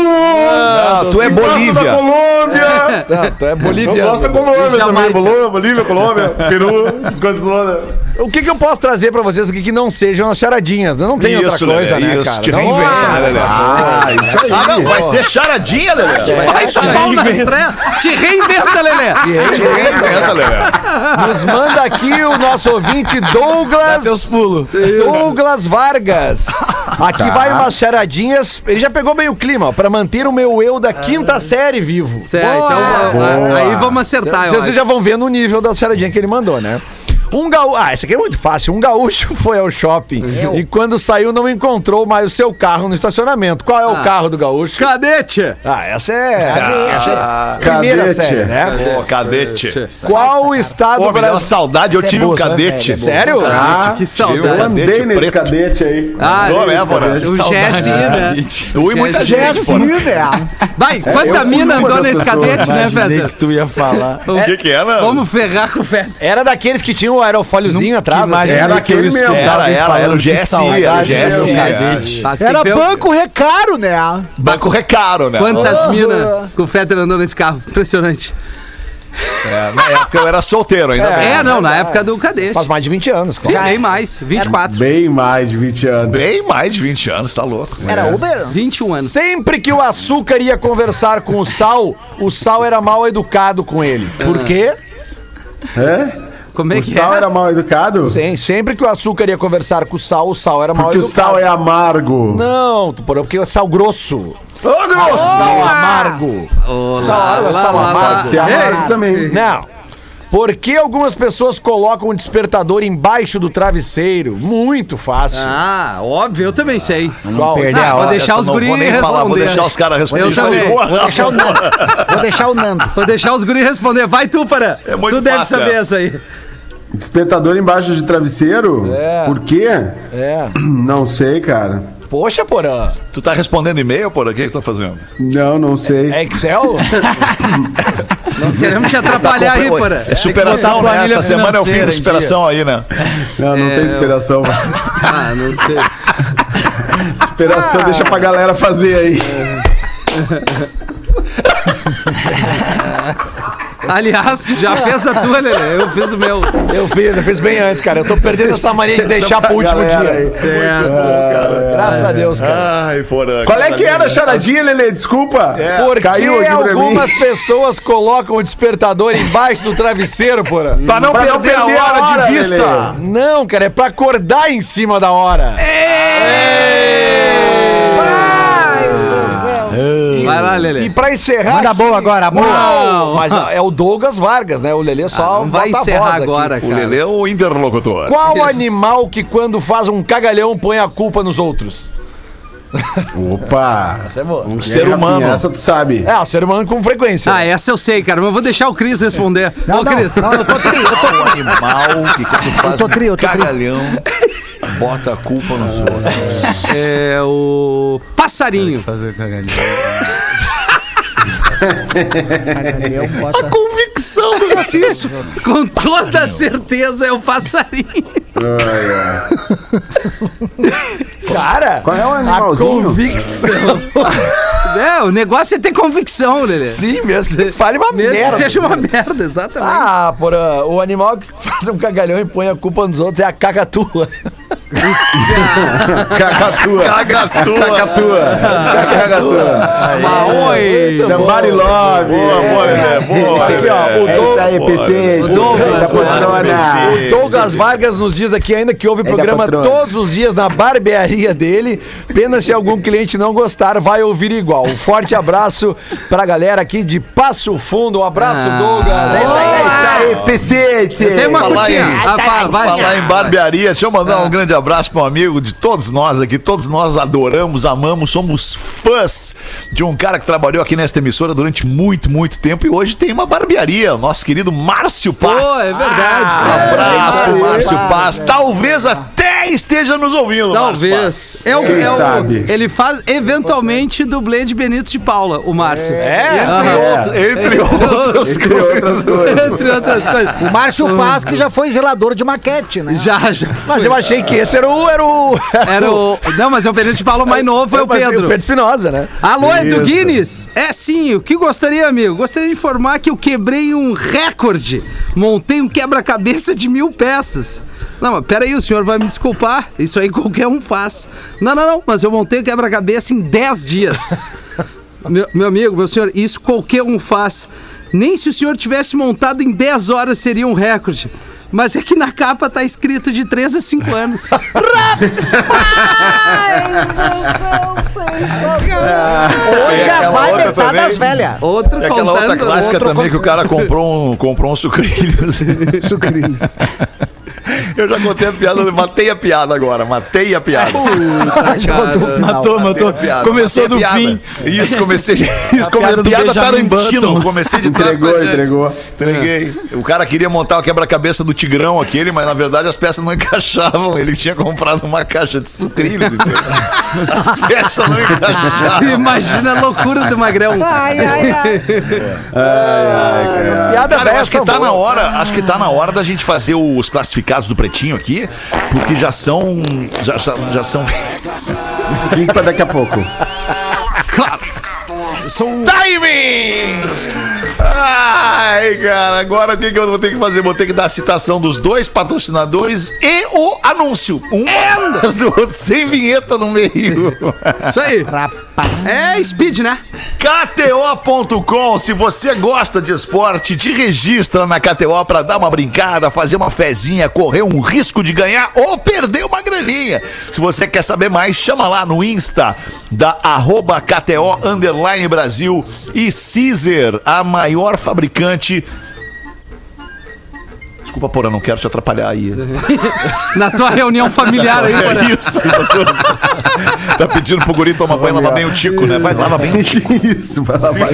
H: Ah, tu é
G: Que gosta da
H: Bolívia.
G: Colômbia!
B: Não, tu é
G: Eu
B: boliviano.
G: gosto da Colômbia também,
C: Jamaica.
G: Bolômbia, Bolívia, Colômbia, Peru, essas coisas todas.
B: O que, que eu posso trazer pra vocês aqui que não sejam as charadinhas? né? Não tem
H: Isso,
B: outra coisa,
H: Lelê,
B: né,
H: isso,
B: cara?
H: te
B: Não,
H: reinventa,
B: ah,
H: né, Lelê?
B: Ah,
H: Ah, não, vai ser charadinha, Lelê. Vai
C: Vai tá pau nas trevas. Te reinventa, Lelê.
H: te reinventa, Lelê.
B: Nos manda aqui o nosso ouvinte Douglas. Douglas Vargas. Aqui vai umas charadinhas. Ele já pegou meio clima, ó, pra manter o meu eu da quinta série vivo. Então,
C: É. Certo, então a- a- aí vamos acertar, eu
B: Vocês
C: acho.
B: já vão vendo o nível da charadinha que ele mandou, né? Um gaúcho. Ah, isso aqui é muito fácil. Um gaúcho *laughs* foi ao shopping
C: É
B: e quando saiu não encontrou mais o seu carro no estacionamento. Qual é
C: Ah.
B: o carro do gaúcho?
C: Cadete!
B: Ah, essa é. essa é a
G: Cadete.
B: primeira série, né?
H: Pô, Ah, cadete.
B: Qual o
H: Pô,
B: estado
H: me deu uma
B: brasileiro.
H: saudade, eu tive um
D: bolsa,
H: cadete.
D: velho, é bolsa.
B: Sério?
G: Ah,
C: que saudade.
G: Eu andei
H: Cadete
G: nesse
H: preto.
G: cadete aí.
C: Ah,
H: Adoro, né, Bora?
C: o Jesse, né?
H: Tu e muita
C: Jesse.
H: gente, pô. O
D: É,
C: Vai, quanta mina andou nesse cadete, né,
D: Imaginei
C: Feta?
D: que tu ia falar.
H: que que é, Nando?
C: Vamos ferrar com o Feta.
B: Era daqueles que tinham o aerofóliozinho atrás.
D: imaginei
B: assim.
G: Era
D: que eu
G: aquele mesmo.
D: escutava
H: Era, era, era o
D: falando que
H: GSI, era o
D: saudade do
H: GSI.
D: meu
H: é.
D: cadete.
C: Ah, tem
F: Era
C: que ver o-
F: banco recaro, né?
H: Banco recaro, né?
C: Quantas minas que o Feta andou nesse carro. Impressionante.
H: É, na época eu era solteiro ainda bem.
C: É, não, na época do cadete.
B: Faz mais de 20 anos, claro.
C: Sim, bem mais, 24.
G: Bem mais de 20 anos.
H: Bem mais de 20 anos, tá louco.
F: Era Uber?
C: 21 anos.
B: Sempre que o açúcar ia conversar com o sal, o sal era mal educado com ele. Por quê?
G: É?
C: Como é
G: O
C: que
G: sal
C: é?
G: era mal educado?
B: Sim, sempre que o açúcar ia conversar com o sal, o sal era mal
G: Porque o
B: educado.
G: sal é amargo.
B: Não, tu porra, porque é sal grosso.
G: Ô, grosso!
B: Sal amargo.
C: Olá,
B: Sal, olha,
C: lá,
B: sal
C: lá, lá.
B: amargo.
G: Se é amargo também.
B: Não. Por que algumas pessoas colocam o despertador embaixo do travesseiro? Muito fácil.
C: Ah, óbvio, eu também sei.
B: Qual?
C: perder a hora. Vou deixar os
E: Ah, Não
C: guris
E: vou nem falar, vou
C: responder.
E: deixar os caras
C: Eu
E: responder.
C: também.
E: Vou
F: deixar o Nando. Vou deixar o Nando.
C: Vou deixar os guris responder. Vai tu, para.
E: É muito
C: tu deve
E: fácil
C: saber
E: essa.
C: essa aí.
G: Despertador embaixo de travesseiro?
B: É.
G: Por quê?
B: É.
G: *clears throat* Não sei, cara.
B: Poxa, porã.
E: Tu tá respondendo e-mail, por O que que tu tá fazendo?
G: Não, não sei.
B: É Excel?
C: Não Então queremos te atrapalhar aí, para.
E: É superação, né? Essa semana é o fim
B: financeira
E: da
B: em
E: superação aí, né?
G: Não, não
C: É,
G: tem
C: eu-
G: inspiração.
C: Ah, não sei.
G: *laughs* Inspiração deixa pra galera fazer aí.
C: Aliás, já fez a tua, Lelê. Eu fiz o meu.
B: eu fiz, eu fiz bem antes, cara. Eu tô perdendo essa mania de deixar pro último
E: é
G: Galera
B: dia.
G: aí.
C: Certo.
B: Graças a Deus, cara.
E: Ai, fora.
G: Qual é que era a charadinha, Lele? Desculpa.
E: É.
B: Por
G: Caiu
B: que
G: aqui pra mim.
B: algumas pessoas colocam o despertador embaixo do travesseiro, porra?
E: Pra não,
G: Pra
E: perder,
G: não
E: a hora, de
G: Lelê.
E: vista.
B: Não, cara, é pra acordar em cima da hora.
C: Vai lá, Lelê.
B: E pra encerrar.
D: Manda boa agora, boa.
B: Não, mas é o Douglas Vargas, né? O Lelê
C: Ah,
B: só
C: não vai
B: bota a
C: encerrar
B: voz aqui.
C: agora,
E: O
C: cara.
E: Lelê é o interlocutor.
B: Qual
C: Isso.
B: animal que quando faz um cagalhão põe a culpa nos outros?
G: Opa.
B: Isso é bom.
E: Um ser humano.
G: Essa tu sabe.
B: É, o ser humano com frequência.
C: Ah, essa eu sei, cara. Mas eu vou deixar o Cris responder.
F: Não,
C: Ô,
F: não,
C: Cris.
F: não, eu tô tri, eu tô-
E: Qual animal que quando faz
F: Eu tô tri, eu
E: um
F: tô tri.
E: cagalhão bota a culpa nos
B: Ah,
E: outros?
C: É o. Passarinho.
D: Fazer cagalhão.
F: Cagalhão, bota-
C: Convicção do isso. Com toda certeza é o passarinho.
B: Cara,
G: Qual é o
B: a
G: *laughs* animalzinho?
B: convicção.
C: É, o negócio é ter convicção, Lelê.
B: Sim, mesmo que fale uma
C: Mesmo
B: merda.
C: que seja uma merda, exatamente.
B: Ah, porra, o animal que faz um cagalhão e põe a culpa nos outros é a cacatua.
G: Cacatua.
E: Cagatua.
G: Cacatua. Cacatua.
C: Oi!
G: É, Somebody love.
E: Boa, boa, Lelê. Boa,
B: Aqui, ó,
E: Lelê.
B: o
G: É isso
B: Douglas-
G: aí, PC.
C: O Douglas,
G: Da
C: né?
G: patrona.
E: O
B: O Douglas Vargas nos diz aqui ainda que houve
G: da
B: programa
G: patrona.
B: todos os dias na barbearia dele. Pena se algum cliente não gostar, vai ouvir igual. Um forte abraço pra galera aqui de Passo Fundo. Um abraço,
C: Ah.
B: Douglas. É isso aí.
G: É isso aí, PC.
C: Tem uma
E: Falar
C: curtinha.
E: em-
C: Ah, fala, vai.
E: tá Falar em barbearia, deixa eu
C: Ah.
E: mandar um grande abraço para um amigo de todos nós aqui. Todos nós adoramos, amamos, somos fãs de um cara que trabalhou aqui nesta emissora durante muito, muito tempo e hoje tem uma barbearia. o Nosso querido Márcio Paz.
C: Pô, é verdade. Ah.
E: Ah, abraço pro
G: É,
E: Márcio Paz. Talvez até esteja nos ouvindo. Márcio Paz.
C: Talvez. É o,
G: Quem
C: é o-
G: sabe?
C: Ele faz eventualmente dublê de Benito de Paula, o Márcio.
B: É?
E: Entre,
C: Aham.
E: outro- entre outras
G: Entre outras coisas.
C: Entre outras coisas.
F: O
E: Hum.
F: Márcio Paz, que já foi zelador de maquete, né?
C: Já, já.
B: Mas eu achei que esse era o. Era o,
C: Era o. Não, mas é o Benito de Paula mais novo, é o
B: Mas
C: Pedro.
B: Pedro Espinosa, né?
C: Alô, Edu Guinness? É sim, o que gostaria, amigo? Gostaria de informar que eu quebrei um recorde. Montei um quebra-cabeça de mil peças. Não, mas peraí, o senhor vai me desculpar. Isso aí qualquer um faz. Não, não, não, mas eu montei o quebra-cabeça em 10 dias. meu, meu amigo, meu senhor, isso qualquer um faz. Nem se o senhor tivesse montado em 10 horas seria um recorde. Mas é que na capa tá escrito de 3 a 5 anos.
E: É, aquela
F: Hoje já vai
E: outra
F: metade
E: também.
F: das velhas.
C: Outro
E: É aquela outra
C: contando,
E: clássica
F: outro
E: também
F: contando.
E: que o cara comprou um, comprou um
D: *laughs*
E: sucrilhos. sucrilhos. *laughs* Eu já contei a piada, matei a piada agora, matei a piada.
D: Matou,
E: Matei a
D: matou.
E: piada,
D: Começou do
E: matei a
D: fim.
E: piada. Isso,
D: *laughs*
E: comecei de. Isso,
D: piada
E: comecei
D: do
E: piada
D: Benjamin
E: Tarantino.
D: Button.
E: Comecei de trás
G: Entregou,
E: pra diante.
G: entregou.
E: Entreguei. O cara queria montar o quebra-cabeça do Tigrão aquele, mas na verdade as peças não encaixavam. Ele tinha comprado uma caixa de sucrilhos. entendeu?
D: *laughs*
E: As peças não encaixavam.
C: Imagina a loucura do Magrão.
F: Ai, ai, ai.
B: Piada
E: Cara, eu
B: velha
E: acho que tá na hora, acho que tá na hora da gente fazer os classificados do pretinho aqui, porque já são. Já, são- já são.
G: 15 pra daqui a pouco.
E: Timing! Ai, cara, agora o que que eu vou ter que fazer? Vou ter que dar a citação dos dois patrocinadores e o anúncio. Um atrás do outro, sem vinheta no meio. *laughs*
C: Isso aí. É speed, né?
E: KTO.com, se você gosta de esporte, te registra na KTO pra dar uma brincada, fazer uma fezinha, correr um risco de ganhar ou perder uma graninha. Se você quer saber mais, chama lá no Insta da arroba KTO Underline Brasil e Caesar, a maior fabricante Desculpa, Porã, não quero te atrapalhar aí.
C: Na tua reunião familiar aí, Porã.
E: É isso. *laughs* tá pedindo pro guri tomar banho e lavar bem o tico, né? Vai, lava bem o tico.
G: Isso, vai lá, vai.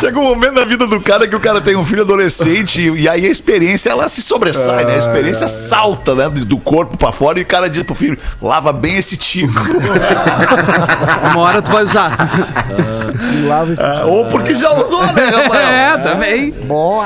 E: Chega um momento na vida do cara que o cara tem um filho adolescente e, e aí a experiência ela se sobressai, né? A experiência salta, né? Do do corpo pra fora e o cara diz pro filho: lava bem esse tico.
C: Uma hora tu vai usar.
E: Ah, Ou porque já usou, né, Rafael?
C: É, também.
F: Boa!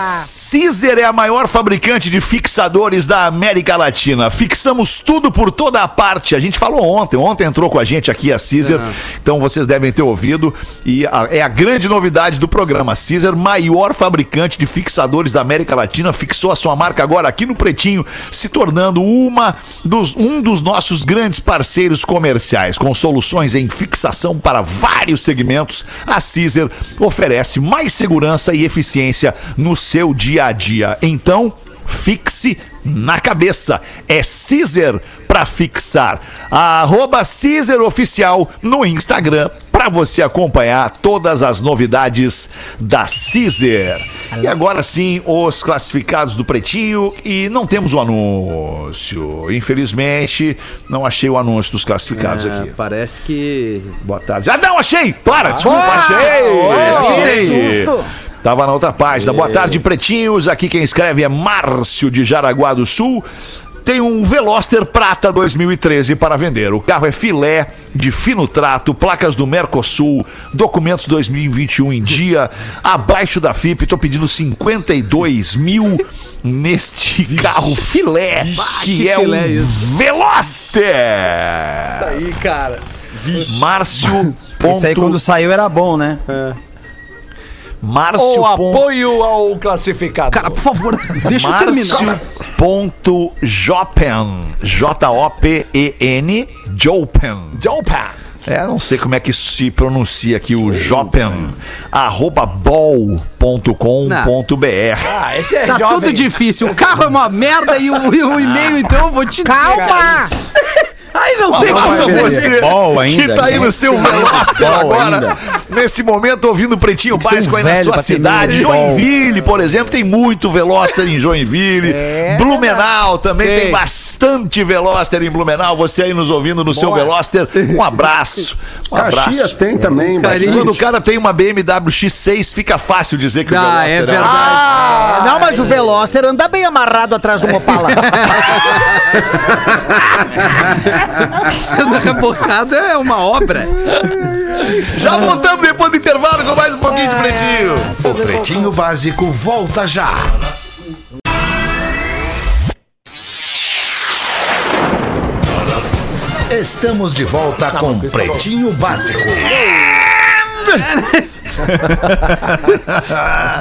E: Caesar é a maior fabricante de fixadores da América Latina. Fixamos tudo por toda a parte. A gente falou ontem, ontem entrou com a gente aqui a Caesar, então vocês devem ter ouvido. E a- é a grande novidade do programa. Caesar, maior fabricante de fixadores da América Latina, fixou a sua marca agora aqui no Pretinho, se tornando uma dos, um dos nossos grandes parceiros comerciais, com soluções em fixação para vários segmentos. A Caesar oferece mais segurança e eficiência no seu dia a dia. Então, fixe na cabeça. É Caesar para fixar. Arroba Caesar Oficial no Instagram para você acompanhar todas as novidades da Caesar. E agora sim, os classificados do Pretinho e não temos o anúncio. Infelizmente, não achei o anúncio dos classificados Tá,
C: É,
E: aqui.
C: Ah, parece que.
E: Boa tarde. Ah, não, achei! Para, desculpa, achei!
F: que
E: achei!
F: susto!
E: Tava na outra página. Boa tarde, pretinhos. Aqui quem escreve é Márcio de Jaraguá do Sul. Tem um Veloster Prata 2013 para vender. O carro é filé, de fino trato, placas do Mercosul, documentos 2021 em dia, abaixo da FIP. Tô pedindo 52 mil neste carro filé, que, é
C: filé
E: um
C: isso.
E: Veloster.
C: Aí, cara.
E: Márcio.
D: Isso aí é quando saiu era bom, né?
E: Márcio.
B: O apoio ao classificado.
C: Cara, por favor, deixa eu terminar.
E: Ponto Jopen. J-O-P-E-N. Jopen.
B: Opa!
E: É, não sei como é que se pronuncia aqui o Jopen. Arroba bol.com.br.
B: Ah, esse é
C: Tá
B: jovem.
C: tudo difícil. O carro é uma merda e o, e o e-mail, então, eu vou te dizer, cara.
F: Calma!
C: Aí não é tem
E: Abraça
C: como defender.
E: você
D: Bol
E: que
D: ainda,
E: tá aí
D: né?
E: no seu Veloster
D: Bol
E: agora,
D: ainda.
E: nesse momento, ouvindo o Pretinho
D: ser um
E: Básico aí na
D: velho
E: sua
D: pra ter
E: cidade.
D: número de bol.
E: Joinville, por exemplo, tem muito Veloster em Joinville. Blumenau também tem.
C: É. Tem.
E: bastante Veloster em Blumenau. Você aí nos ouvindo no seu Veloster, um abraço. Um
G: Caxias
E: abraço.
G: tem também, mas.
C: Carinho.
E: Quando o cara tem uma BMW X6, fica fácil dizer que o
C: Ah,
E: Veloster
C: é
E: é,
C: verdade.
F: *laughs* Ah, não, mas o Veloster anda bem amarrado atrás do Opala.
C: Sendo rebocado é uma obra.
E: Já voltamos depois do intervalo com mais um pouquinho
C: É.
E: de Pretinho.
I: O Pretinho Básico volta já. Estamos de
E: Tá
I: volta com Pretinho Básico.
E: *laughs*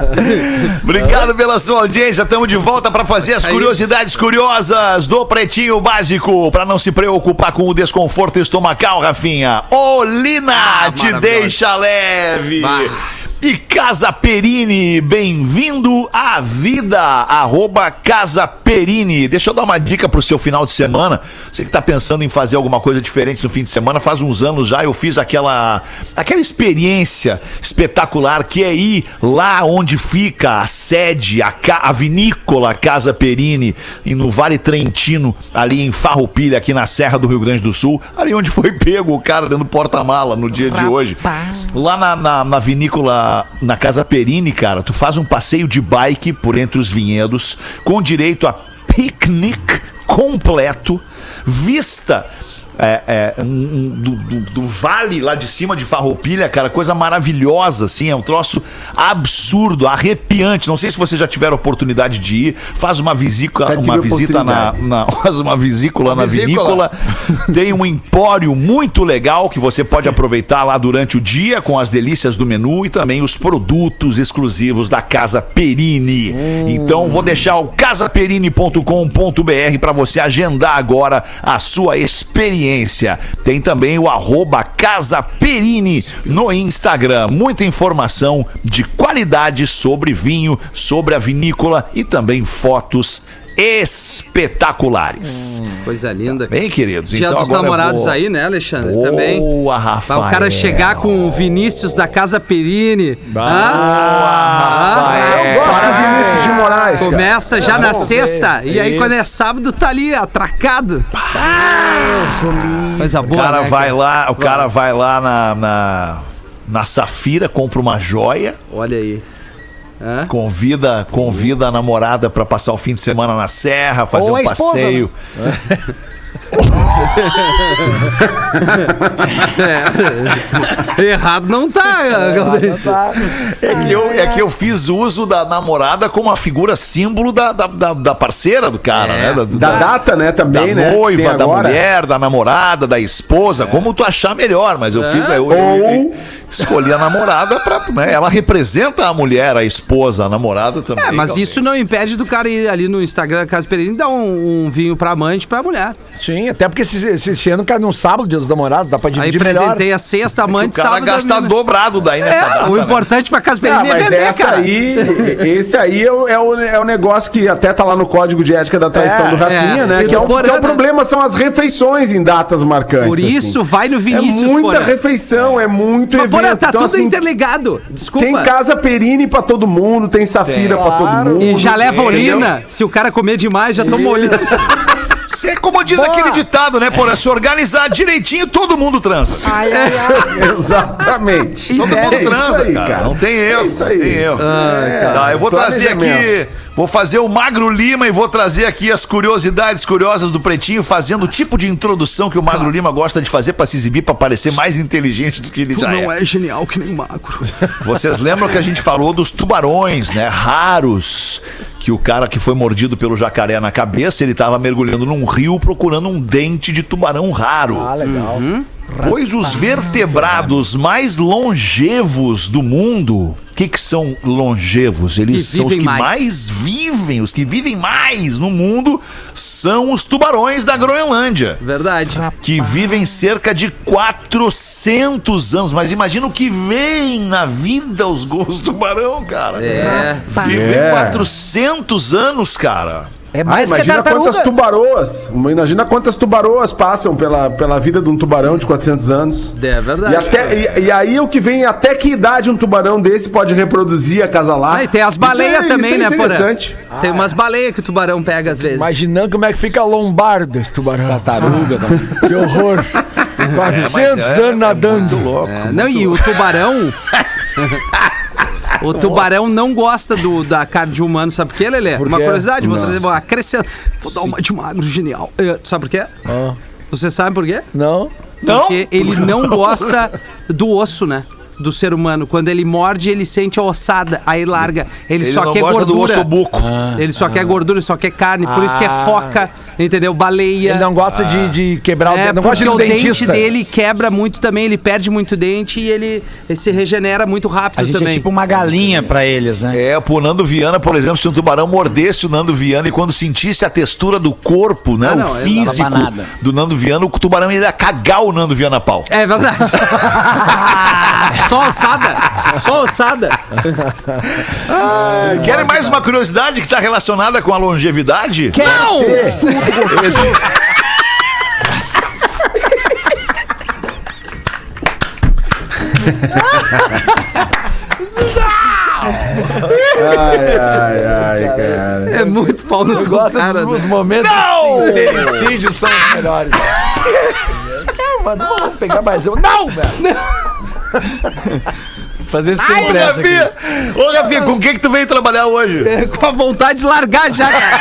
E: Obrigado pela sua audiência. Estamos de volta para fazer as curiosidades curiosas do Pretinho Básico. Para não se preocupar com o desconforto estomacal, Rafinha. Olina te
C: maravilhosa.
E: deixa leve.
C: Bah.
E: E Casa Perini, bem-vindo à vida, arroba Casa Perini. Deixa eu dar uma dica pro seu final de semana. Você que tá pensando em fazer alguma coisa diferente no fim de semana, faz uns anos já eu fiz aquela aquela experiência espetacular que é ir lá onde fica a sede, a, ca- a vinícola Casa Perini, e no Vale Trentino, ali em Farroupilha, aqui na Serra do Rio Grande do Sul, ali onde foi pego o cara dentro do porta-mala no dia de hoje. Lá na, na- na vinícola, na Casa Perini, cara, tu faz um passeio de bike por entre os vinhedos, com direito a piquenique completo, vista é, é, um- um- do, do- do vale lá de cima de Farroupilha, cara, coisa maravilhosa, assim, é um troço absurdo, arrepiante. Não sei se vocês já tiveram oportunidade de ir, faz uma, visícula,
G: Já tive
E: uma visita na, na-
G: oportunidade.
E: *laughs* faz uma vesícula na
C: Vesícula.
E: vinícola. Tem um empório muito legal que você pode aproveitar lá durante o dia com as delícias do menu e também os produtos exclusivos da Casa Perini. Então vou deixar o casaperini.com.br para você agendar agora a sua experiência. Tem também o arroba Casa Perini no Instagram. Muita informação de qualidade sobre vinho, sobre a vinícola e também fotos
J: espetaculares.
C: Coisa linda. cara.
E: Bem, queridos,
C: Dia
E: então
C: dos
E: agora eu
C: namorados
E: vou-
C: aí, né, Alexandre?
E: Boa,
C: Também. Pra
E: Rafael.
C: o cara chegar com o Vinícius da Casa Perini.
G: Eu gosto do Vinícius de Moraes, cara.
C: Começa já na sexta, e aí quando é sábado tá ali, atracado. Coisa
E: O
C: boa,
E: cara
C: né,
E: vai lá, o cara vai lá na, na, na Safira, compra uma joia,
C: Olha aí. Hã?
E: convida, convida a namorada pra passar o fim de semana na serra, fazer
F: Ou a
E: um
F: esposa, né?
E: passeio.
C: É. *laughs* Errado não tá, Galdêncio.
E: É que,
F: Ah,
E: eu, é que eu fiz uso da namorada como a figura símbolo da, da, da- da parceira do cara,
C: É.
E: né? Da,
G: Da data, né,
E: da
G: também, né?
E: noiva,
G: Tem
E: da
G: agora.
E: mulher, da namorada, da
C: É.
E: esposa, como tu achar melhor, mas eu fiz eu, eu- eu escolhi a namorada pra. né, ela representa a mulher, a esposa, a namorada também. então.
C: É, mas
E: talvez.
C: isso não impede do cara ir ali no Instagram da Casa Perini e dar um, um vinho pra amante, pra mulher.
B: Sim, até porque esse, esse, esse ano cai num sábado, dia dos namorados, dá pra
C: Aí
B: dividir melhor.
C: presentei a sexta,
E: O
C: amante,
E: cara
C: sábado.
E: gasta
C: né?
E: dobrado daí nessa
C: É,
E: data,
C: o
E: né?
C: importante pra Casa
G: Ah,
C: Perini é
G: mas
C: vender,
G: essa
C: cara.
G: aí, esse aí é o, é, o, é o negócio que até tá lá no código de ética da traição
B: É,
G: do Rafinha,
C: é,
G: né? Que é, o,
C: Porã,
G: que é
C: né?
G: o problema, são as refeições em datas marcantes.
C: Por isso,
G: assim.
C: vai no Vinícius,
G: É muita
C: Porã.
G: refeição, é muito
C: Mas, Porã,
G: evento.
C: tá
G: Então,
C: tudo
G: assim,
C: interligado. Desculpa.
G: Tem casa Perini pra todo mundo, tem Safira pra todo mundo.
C: E já leva
E: Entendeu?
C: urina. Se o cara comer demais, já toma urina.
E: Cê- como diz aquele ditado, né, Porã? Se organizar direitinho, todo mundo transa.
F: *laughs* Ai, ai, ai.
G: *laughs* Exatamente.
E: Todo
G: É
E: mundo
G: isso
E: Então tá transa,
G: aí,
E: cara. Não tem erro.
G: É isso
E: não
G: aí. Ah,
E: tem erro. Tá, eu vou trazer aqui.
G: Planejamento.
E: Vou fazer o Magro Lima e vou trazer aqui as curiosidades curiosas do Pretinho, fazendo o tipo de introdução que o
G: Tá.
E: Magro Lima gosta de fazer pra se exibir, pra parecer mais inteligente do que ele
C: *laughs* Tu
E: já
C: não
E: é.
C: é genial que nem magro.
E: Vocês lembram que a gente falou dos tubarões, né? Raros. Que o cara que foi mordido pelo jacaré na cabeça, ele tava mergulhando num rio procurando um dente de tubarão raro. Ah, legal.
C: Uhum.
E: Pois os vertebrados mais longevos do mundo, o que, que são longevos? Eles
C: Que
E: são os
C: vivem
E: que
C: mais.
E: mais. vivem, os que vivem mais no mundo são os tubarões da Groenlândia
C: É Verdade.
E: que vivem cerca de 400 anos. Mas imagina o que vem na vida os gols do Barão, cara.
C: É.
E: Vivem
G: É.
E: 400os anos, cara.
F: É
G: Ah,
F: mais que
G: imagina
F: tartaruga.
G: quantas tubaroas. Imagina quantas tubaroas passam pela, pela vida de um tubarão de 400 anos.
C: É verdade.
G: E, até, e, e aí o que vem, até que idade um tubarão desse pode reproduzir, acasalar?
C: Ah, e tem as baleias
G: Isso é-
C: também,
G: isso é
C: né, Porã?
G: interessante.
C: Tem umas baleias que o tubarão pega às vezes.
B: Imaginando como é que fica a lombar desse tubarão. Tartaruga. que
E: *laughs*
B: horror. 400
E: é-
B: anos
E: é
B: nadando.
C: É, não, e o
G: *laughs*
C: tubarão. O tubarão não gosta do, da carne de humano, sabe por quê, Lelê? Uma
B: quê?
C: curiosidade, vou trazer uma acrescenta. Vou dar uma de magro genial. Eh, sabe por quê?
G: Ah.
C: Você sabe por quê?
B: Não?
E: Não?
C: Porque ele não gosta do osso, né? Do ser humano. Quando ele morde, ele sente a ossada, aí larga. Ele,
E: Ele
C: só
E: não
C: quer
E: gosta do
C: gordura. Ah, né?
E: osso buco.
C: ele só quer gordura, ele só quer carne, por isso que é foca, entendeu? Baleia.
B: Ele não gosta de, de quebrar o
C: É,
B: dente. Não gosta de
C: porque
B: ir
C: o
B: no
C: dente
B: dentista.
C: dele quebra muito também, ele perde muito dente e ele, ele se regenera muito rápido
D: A gente
C: também.
D: é tipo uma galinha pra eles, né?
E: É, pro Nando Viana, por exemplo, se um tubarão mordesse o Nando Viana e quando sentisse a textura do corpo, né?
C: Ah, não,
E: o
C: ele
E: físico
D: não dava nada.
E: do Nando Viana, o tubarão ia cagar o Nando Viana a pau.
C: É verdade. só ossada, só ossada. É,
E: Querem mais uma curiosidade que tá relacionada com a longevidade?
C: Não!
G: Ai, ai, ai, cara.
C: É muito pau no
B: Ele
C: cu,
B: Gosta
C: cara,
B: dos
C: né?
B: momentos
E: Não!
B: de sincericídio assim, são os
C: *laughs*
B: melhores. É, Mas vamos pegar mais um. Não, velho!
D: Fazer
E: Ai,
D: sempre essa.
E: Rafinha!
D: Cris.
E: Ô, Rafinha, com quem que tu veio trabalhar hoje?
C: É, com a vontade de largar já,
G: *laughs*
C: cara.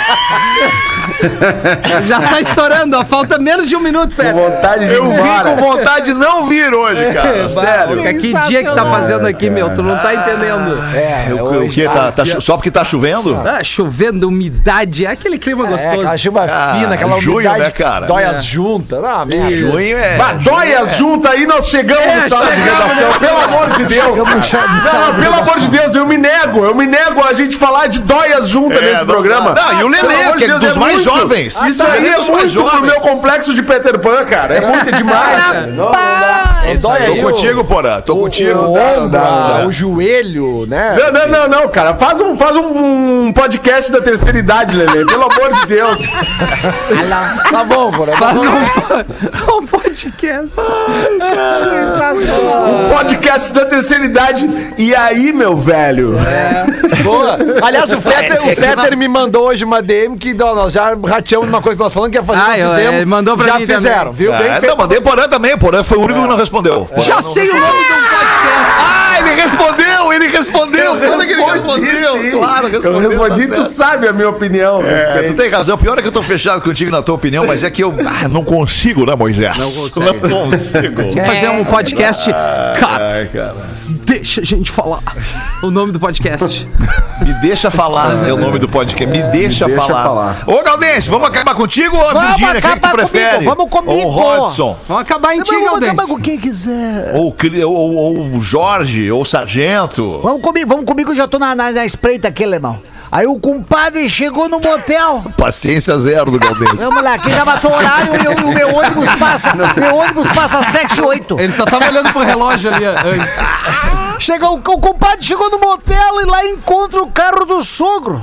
C: já tá estourando, ó. Falta menos de um minuto, Fede.
G: Vontade de ir
E: Eu vim
G: embora.
E: com vontade de não vir hoje, cara. Sério.
C: Cara, Que dia que tá fazendo aqui, meu? Tu não
B: Ah.
C: tá entendendo.
B: É,
E: O, o que? Tá, tá cho- só porque tá chovendo?
C: Ah, chovendo, umidade, é aquele clima
B: É,
C: gostoso.
B: aquela chuva
E: Ah,
B: fina, aquela
E: junho,
B: umidade
E: né, cara?
B: dói as juntas. Ah, merda.
E: Junho é.
G: Badóias junta aí, nós É, chegamos né? no sala de redação, pelo amor de Deus. cara. Não, não, pelo amor de Deus, eu me nego, eu me nego a gente falar de dóias junta
E: É,
G: nesse
E: não
G: programa.
E: dá. Não, e o Lelê,
G: Pelo amor
E: que é
G: de
E: dos mais mais jovens. Tá,
G: Isso aí é
E: Os mais
G: muito pro
E: jovens.
G: meu complexo de Peter Pan, cara. É muito demais. cara. Não, não dá.
E: Tô contigo, Porã. Tô contigo.
B: O ombro,
G: dá, dá.
B: o joelho, né?
G: *laughs* Não, não, não, não, cara. Faz um, faz um, um podcast da terceira idade, Lelê. Pelo amor de Deus.
B: Tá bom, porra.
C: Faz um, um podcast.
G: Um podcast da terceira idade. E aí, meu velho?
B: Boa. Aliás, o Fetter,
E: É, é
B: o
E: que
B: Fetter me mandou hoje uma DM que ó, nós já rateamos uma coisa que nós falamos que ia fazer.
C: Ah,
B: nós
C: eu-
B: fizemos,
C: ele mandou pra
B: já
C: mim
B: fizeram,
C: também.
B: viu? Bem
E: É,
B: feito.
E: não, mandei Porã também. Porã foi o único que não respondeu.
C: Já sei o nome de um podcast.
E: Ah, ele respondeu, ele respondeu. Olha que ele respondeu.
G: sim.
E: Claro,
G: Eu
E: respondeu.
G: respondi,
E: tá
G: tu
E: certo.
G: sabe a minha opinião.
E: É,
G: respeito.
E: tu tem razão. Pior é que eu tô fechado contigo na tua opinião, mas é que eu ah, não consigo, né, Moisés? Não consigo. Não consigo.
C: Fazer um podcast.
F: Ah.
C: Cara,
E: Ai, cara.
C: deixa a gente falar o nome do podcast.
E: Me deixa falar, é o nome do podcast. Me deixa,
G: deixa
E: falar.
G: falar.
E: Ô, Galdense, vamos acabar contigo ou a
F: Vamos
E: Virgínia? Quem é que tu
F: acabar comigo,
E: prefere?
F: vamos comigo.
E: Ou o Rodson,
C: Vamos acabar em ti,
F: Mas vamos acabar
C: Galdense.
F: com quem quiser.
E: ou, o Cri- ou, ou o Jorge, ou o Sargento.
F: Vamos comigo, vamos comigo, eu já tô na, na, na espreita aqui, alemão. Aí o compadre chegou no motel.
G: *laughs*
E: Paciência zero do Galdense.
F: Vamos lá, quem já matou o horário e o- e o meu ônibus passa. Meu ônibus passa às 7 8.
C: Ele só tava olhando pro relógio ali antes. *laughs*
F: Chegou, o compadre chegou no motel e lá encontra o carro do sogro.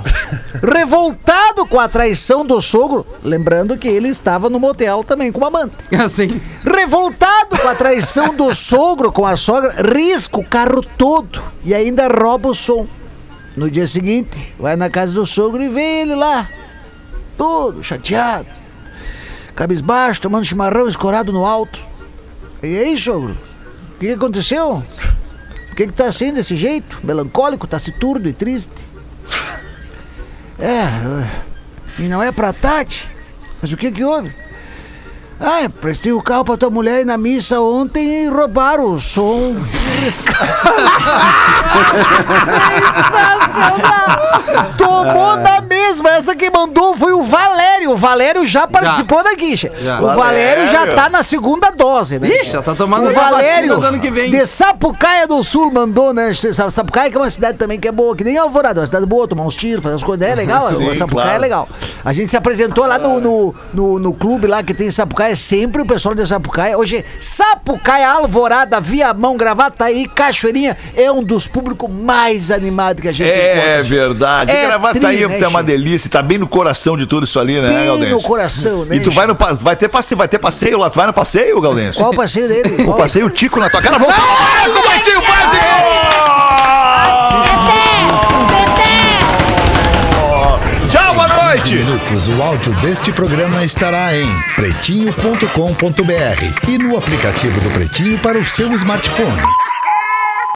F: Revoltado com a traição do sogro. Lembrando que ele estava no motel também com uma amante.
C: Assim.
F: Revoltado com a traição do sogro com a sogra, risca o carro todo e ainda rouba o som. No dia seguinte, vai na casa do sogro e vê ele lá, todo chateado, cabisbaixo, tomando chimarrão escorado no alto. E aí, sogro? O que que aconteceu? Por que, que tá assim desse jeito? Melancólico, taciturno e triste? É, e não é pra Tati? Mas o que que houve? Ah, prestei o carro pra tua mulher e na missa ontem e roubaram o som. Sensacional! *laughs* Tomou na mesma. Essa que mandou foi o Valério. O Valério já participou da guicha. O Valério já tá na segunda dose, né?
C: Ixi, já tá tomando
F: o
C: a
F: Valério,
C: vacina do ano que vem.
F: de Sapucaia do Sul, mandou, né? Sa- Sapucaia que é uma cidade também que é boa, que nem Alvorada, é uma cidade boa, tomar uns tiros, fazer as coisas, né? é legal, Sapucaia é legal. A gente se apresentou lá
E: É.
F: no, no, no, no clube lá que tem em Sapucaia, sempre o pessoal de Sapucaia, hoje é Sapucaia, Alvorada, Viamão, Gravataí, Cachoeirinha, é um dos públicos mais animados que a
E: *laughs*
F: gente
E: É
F: encontra.
E: verdade.
F: É
E: Gravata
F: tri,
E: aí
F: né,
E: é uma
F: Chico?
E: delícia. Tá bem no coração de tudo isso ali, né,
F: Bem
E: Galdense?
F: no coração, né?
E: E tu vai no pa- vai ter passeio, vai ter passeio lá, tu vai no passeio, Galdense?
F: Qual o passeio dele?
E: *laughs* O
F: Qual?
E: passeio tico na tua cara, vamos falar com o Pretinho Básico! Tchau, boa noite!
K: Minutos, o áudio deste programa estará em pretinho.com.br e no aplicativo do Pretinho para o seu smartphone.